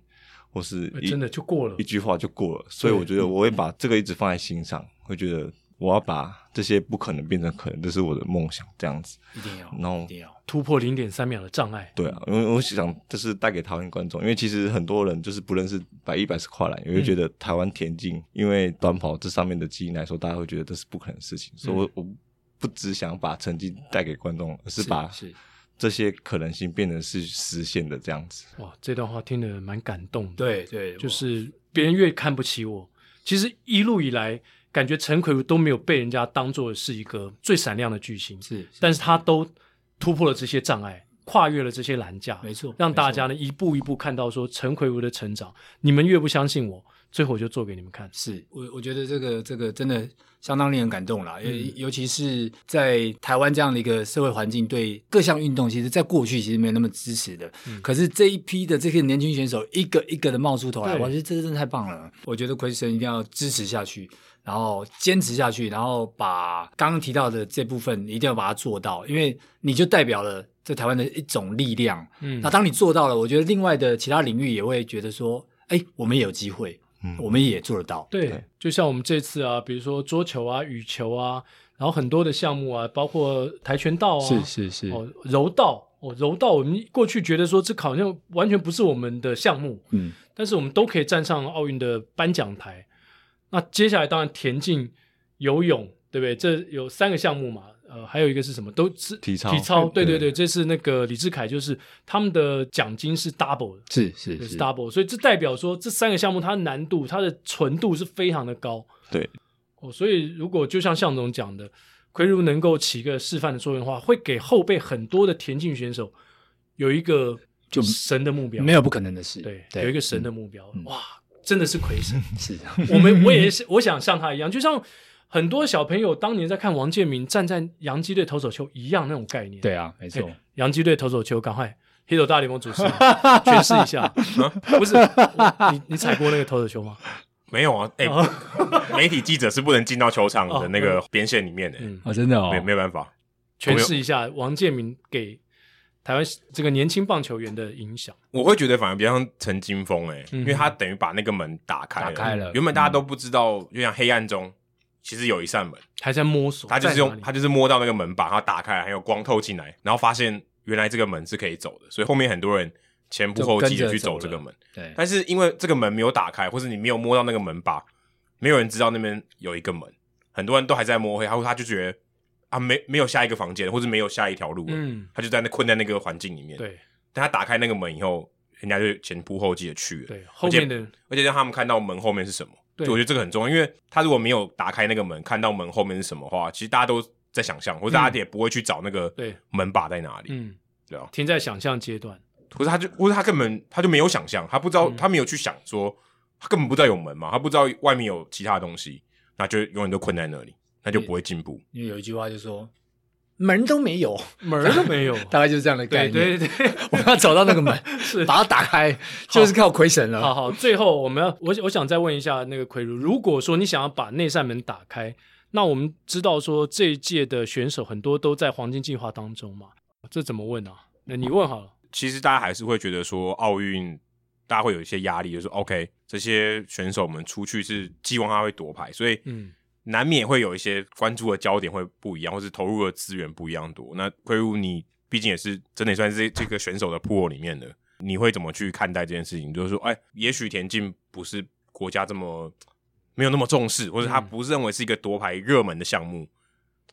或是
哎
一
真的就过了嗯
一。句话就过了。所以我觉得我会把这个一直放在心上，会觉得我要把这些不可能变成可能，这是我的梦想，这样子。
一定要，
然后
一定要，
突破零点三秒的障碍，
对
嗯
啊，因为我想这是带给台湾观众，因为其实很多人就是不认识百一百是跨栏，
嗯
也会觉得台湾田径，因为短跑这上面的基因来说，大家会觉得这是不可能的事情，所以我我不只想把成绩带给观众，而是把
嗯是
这些可能性变成是实现的这样子。
哇，这段话听得蛮感动的。
对对，
就
我
是别人越看不起我，其实一路以来，感觉陈奎如都没有被人家当做是一个最闪亮的巨星，
是，
但是他都突破了这些障碍，跨越了这些栏架，
没错，
让大
没错
家呢一步一步看到说陈奎如的成长。你们越不相信我，最后我就做给你们看。
是我我觉得这个这个真的相当令人感动啦，尤、
嗯
尤其是在台湾这样的一个社会环境，对各项运动其实在过去其实没有那么支持的，
嗯
可是这一批的这些年轻选手一个一个的冒出头来，
对
我觉得这个真的太棒了，我觉得奎神一定要支持下去。然后坚持下去，然后把刚刚提到的这部分一定要把它做到，因为你就代表了这台湾的一种力量。
嗯
那当你做到了，我觉得另外的其他领域也会觉得说，哎，我们也有机会，
嗯
我们也做得到。
对
对，
就像我们这次啊，比如说桌球啊、羽球啊，然后很多的项目啊，包括跆拳道啊，
是是
哦，柔道哦，柔道，我们过去觉得说这好像完全不是我们的项目，
嗯，
但是我们都可以站上奥运的颁奖台。那接下来当然田径、游泳，对不对？这有三个项目嘛，呃，还有一个是什么？都是
体操
体操，对对
对
对，这是那个李志凯，就是他们的奖金是 double 的。
是是
就是 double，所以这代表说这三个项目它的难度、它的纯度是非常的高
对，
哦。所以如果就像向总讲的，奎如能够起一个示范的作用的话，会给后辈很多的田径选手有一个
就
神的目标，
没有不可能的事。
对，有一个神的目标，
嗯
哇，真的是魁神。
是，
我们我也是，我想像他一样，就像很多小朋友当年在看王建民站在洋基队投手球一样那种概念。
对啊，没错
哎，洋基队投手球，赶快。黑手大联盟主持 人诠释一
啊
下，不是我你你踩过那个投手球吗？
没有啊，哎、 媒体记者是不能进到球场的那个边线里面的、
嗯，
哦，真的哦
没没有办法。
诠释一下王建民给台湾这个年轻棒球员的影响。
我会觉得反而比较像陈金峰哎、
嗯
因为他等于把那个门打开了。
打开了
原本大家都不知道，就像黑暗中其实有一扇门，
还在摸索，
他就是
在哪
用
里
他就是摸到那个门把，它打开来，还有光透进来，然后发现原来这个门是可以走的，所以后面很多人前仆后继的
就跟着
去
走
走
了
这个门。
对，
但是因为这个门没有打开，或是你没有摸到那个门把，没有人知道那边有一个门，很多人都还在摸黑，然后他就觉得啊，没没有下一个房间，或者没有下一条路了，
嗯，
他就在那困在那个环境里面。，
对
但他打开那个门以后，人家就前仆后继的去了，
对，后面的
而且让他们看到门后面是什么，
对
我觉得这个很重要，因为他如果没有打开那个门，看到门后面是什么话，其实大家都在想象，或者大家也不会去找那个
嗯对
门把在哪里，
嗯，
对啊，
停在想象阶段，
或者他就或者他根本他就没有想象，他不知道、
嗯
他没有去想说他根本不知道有门嘛，他不知道外面有其他东西，那就永远都困在那里，那就不会进步。
因为有一句话就说门都没 有，
门儿都没有。
大概就是这样的概
对
念。
对对，对
我们要找到那个门，
是
把它打开，就是靠魁神
好
了。
好，最后我们要，我我想再问一下那个奎如，如果说你想要把那扇门打开，那我们知道说这一届的选手很多都在黄金计划当中嘛，这怎么问啊？那你问好了，
其实大家还是会觉得说奥运，大家会有一些压力，就是 OK，这些选手们出去是寄望他会夺牌，所以
嗯
难免会有一些关注的焦点会不一样，或是投入的资源不一样多。那归入你毕竟也是真的也算是这这个选手的 pool 里面的，你会怎么去看待这件事情？就是说，哎，也许田径不是国家这么没有那么重视，或者他
嗯
不认为是一个夺牌热门的项目，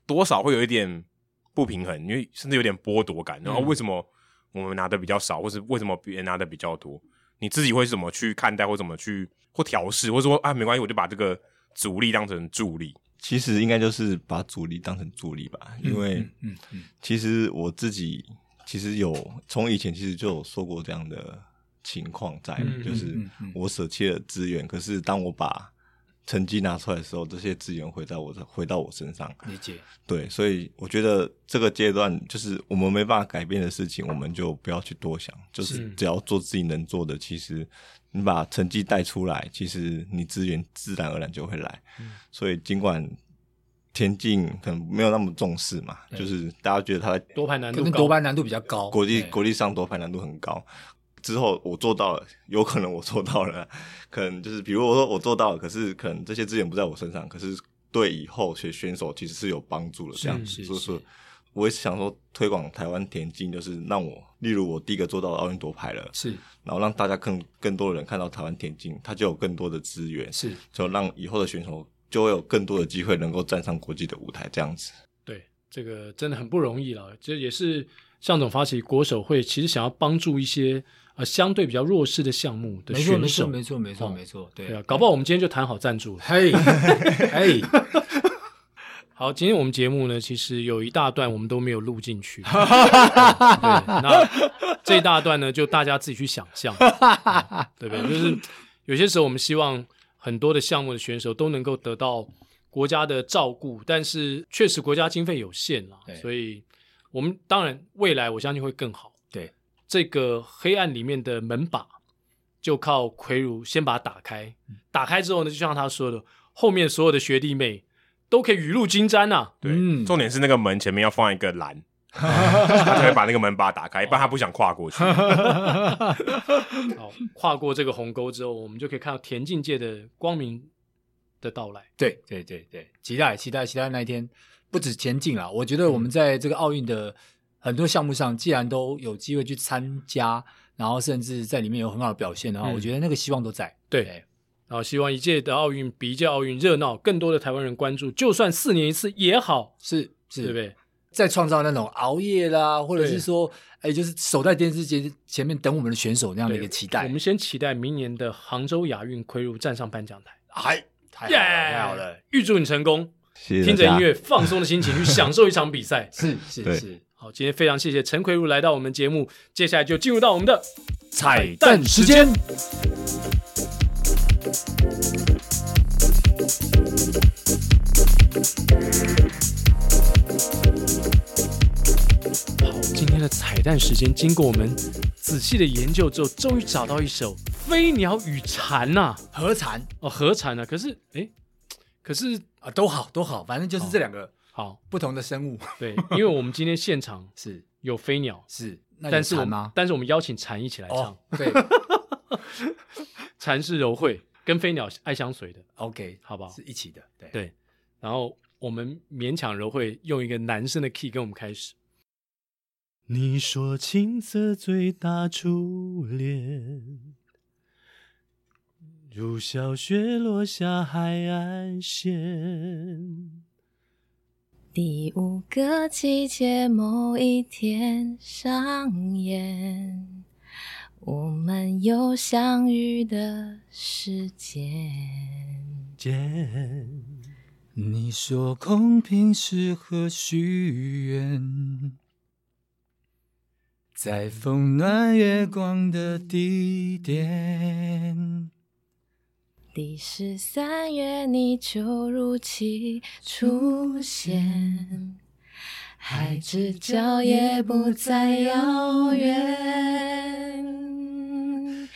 多少会有一点不平衡，因为甚至有点剥夺感。然后
嗯
为什么我们拿的比较少，或是为什么别人拿的比较多？你自己会怎么去看待，或怎么去或调试，或者说啊，没关系，我就把这个阻力当成助力。
其实应该就是把阻力当成助力吧，因为
嗯嗯，
其实我自己其实有从以前其实就有说过这样的情况在，
嗯
就是
嗯嗯嗯
我舍弃了资源，可是当我把成绩拿出来的时候，这些资源回到我的回到我身上，
嗯理解。
对，所以我觉得这个阶段就是我们没办法改变的事情，我们就不要去多想，就是
是
只要做自己能做的。其实你把成绩带出来，其实你资源自然而然就会来。
嗯
所以尽管田径可能没有那么重视嘛，就是大家觉得他在
多盘难
可
度
能
高，
多班难度比较高，
国际
哦对
国际上夺牌难度很高。之后我做到了，有可能我做到了， 可能就是比如我说我做到了，可是可能这些资源不在我身上，可是对以后选选手其实是有帮助的。这样
是嗯是
子，所以说
是
我也想说推广台湾田径，就是让我，例如我第一个做到奥运夺牌了，
是
然后让大家更更多的人看到台湾田径，它就有更多的资源，
是
就让以后的选手就会有更多的机会能够站上国际的舞台，这样子。
对，这个真的很不容易了。这也是向总发起国手会，其实想要帮助一些呃相对比较弱势的项目的
没错
选
没
手
错。没错没错
哦
没错，对哎
对啊，搞不好我们今天就谈好赞助了。
嘿，嘿，
好，今天我们节目呢，其实有一大段我们都没有录进去。对，那这一大段呢，就大家自己去想象，嗯对不对？就是有些时候我们希望很多的项目的选手都能够得到国家的照顾，但是确实国家经费有限啦
对，
所以我们当然未来我相信会更好。
对，
这个黑暗里面的门把，就靠奎如先把它打开。打开之后呢，就像他说的，后面所有的学弟妹都可以雨露均沾呐、啊
对，
嗯
重点是那个门前面要放一个栏，他才会把那个门把打开，不然他不想跨过 去。
好，跨过这个鸿沟之后，我们就可以看到田径界的光明的到来。
对对对对，期待期待期待那一天，不止前进啦，我觉
嗯
得我们在这个奥运的很多项目上，既然都有机会去参加，然后甚至在里面有很好的表现的话，
嗯
我觉得那个希望都在。
对
对
然后希望一届的奥运比一届奥运热闹，更多的台湾人关注，就算四年一次也好，
是是，
对不？对？
再创造那种熬夜啦，或者
对
是说，哎，就是守在电视前前面等我们的选手那样的一个
对
期待
我。们先期待明年的杭州亚运，奎如站上颁奖台。
哎，太好了，
耶
太好了，！
预祝你成功，
谢谢
听着
大
音
家
乐，放松的心情去享受一场比赛。
是是
对
是，
好，今天非常谢谢陈奎如来到我们节目，接下来就进入到我们的
彩蛋时间。
好，今天的彩蛋时间，经过我们仔细的研究之后，终于找到一首《飞鸟与蝉》呐，
和蝉
哦，和蝉啊。可是，哎，可是
啊，都好都好，反正就是这两个
好，
不同的生物。
对，因为我们今天现场
是
有飞鸟，
是，那有
但是我
蝉
们
吗？
但是我们邀请蝉一起来唱
哦，， 对
蝉是柔惠，跟飞鸟爱相随的，
，OK，
好不好
是？一起的，对
对，然后我们勉强柔会用一个男生的 key 跟我们开始。你说青涩最大初恋，如小雪落下海岸线。
第五个季节某一天上演，我们有相遇的时间。
见。
你说空瓶适合许愿，在风暖月光的地点。
第十三月你就如期出现，海之角也不再遥远。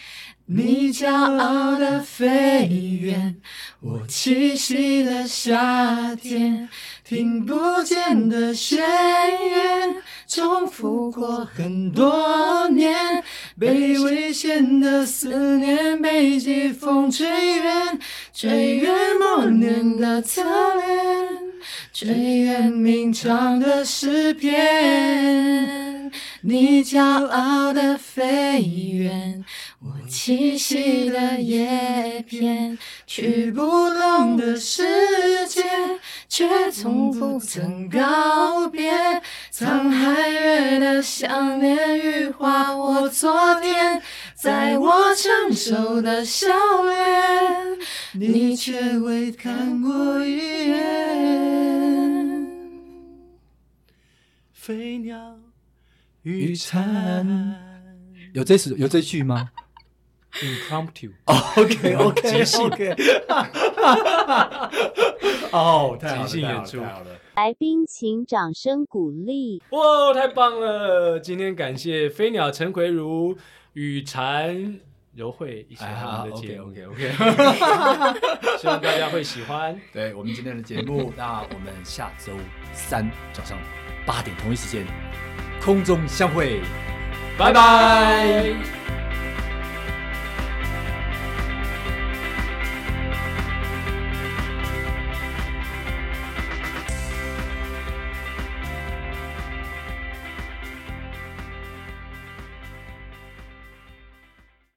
你骄傲的飞远，我栖息的夏天，听不见的宣言，重复过很多年，被危险的思念，被季风吹远，追远默念的侧脸，追远鸣唱的诗篇。你骄傲的飞远，我栖息的叶片，去不懂的世界，却从不曾告别。沧海月的想念，羽化我昨天，在我成熟的笑脸，你却未看过一眼。
飞鸟
与蝉，有这首有这句吗
impromptu，
？OK OK
即兴
OK，哦，太好了
即兴
太好了
演出
太好了
来宾请掌声鼓励。
哇，哦太棒了！今天感谢飞鸟陈奎如、与蝉柔慧一起
哎
来我
好
们的节
，OK
目，
OK OK，
希望大家会喜欢。
对我们今天的节目，那我们下周三早上八点同一时间空中相会。
拜拜。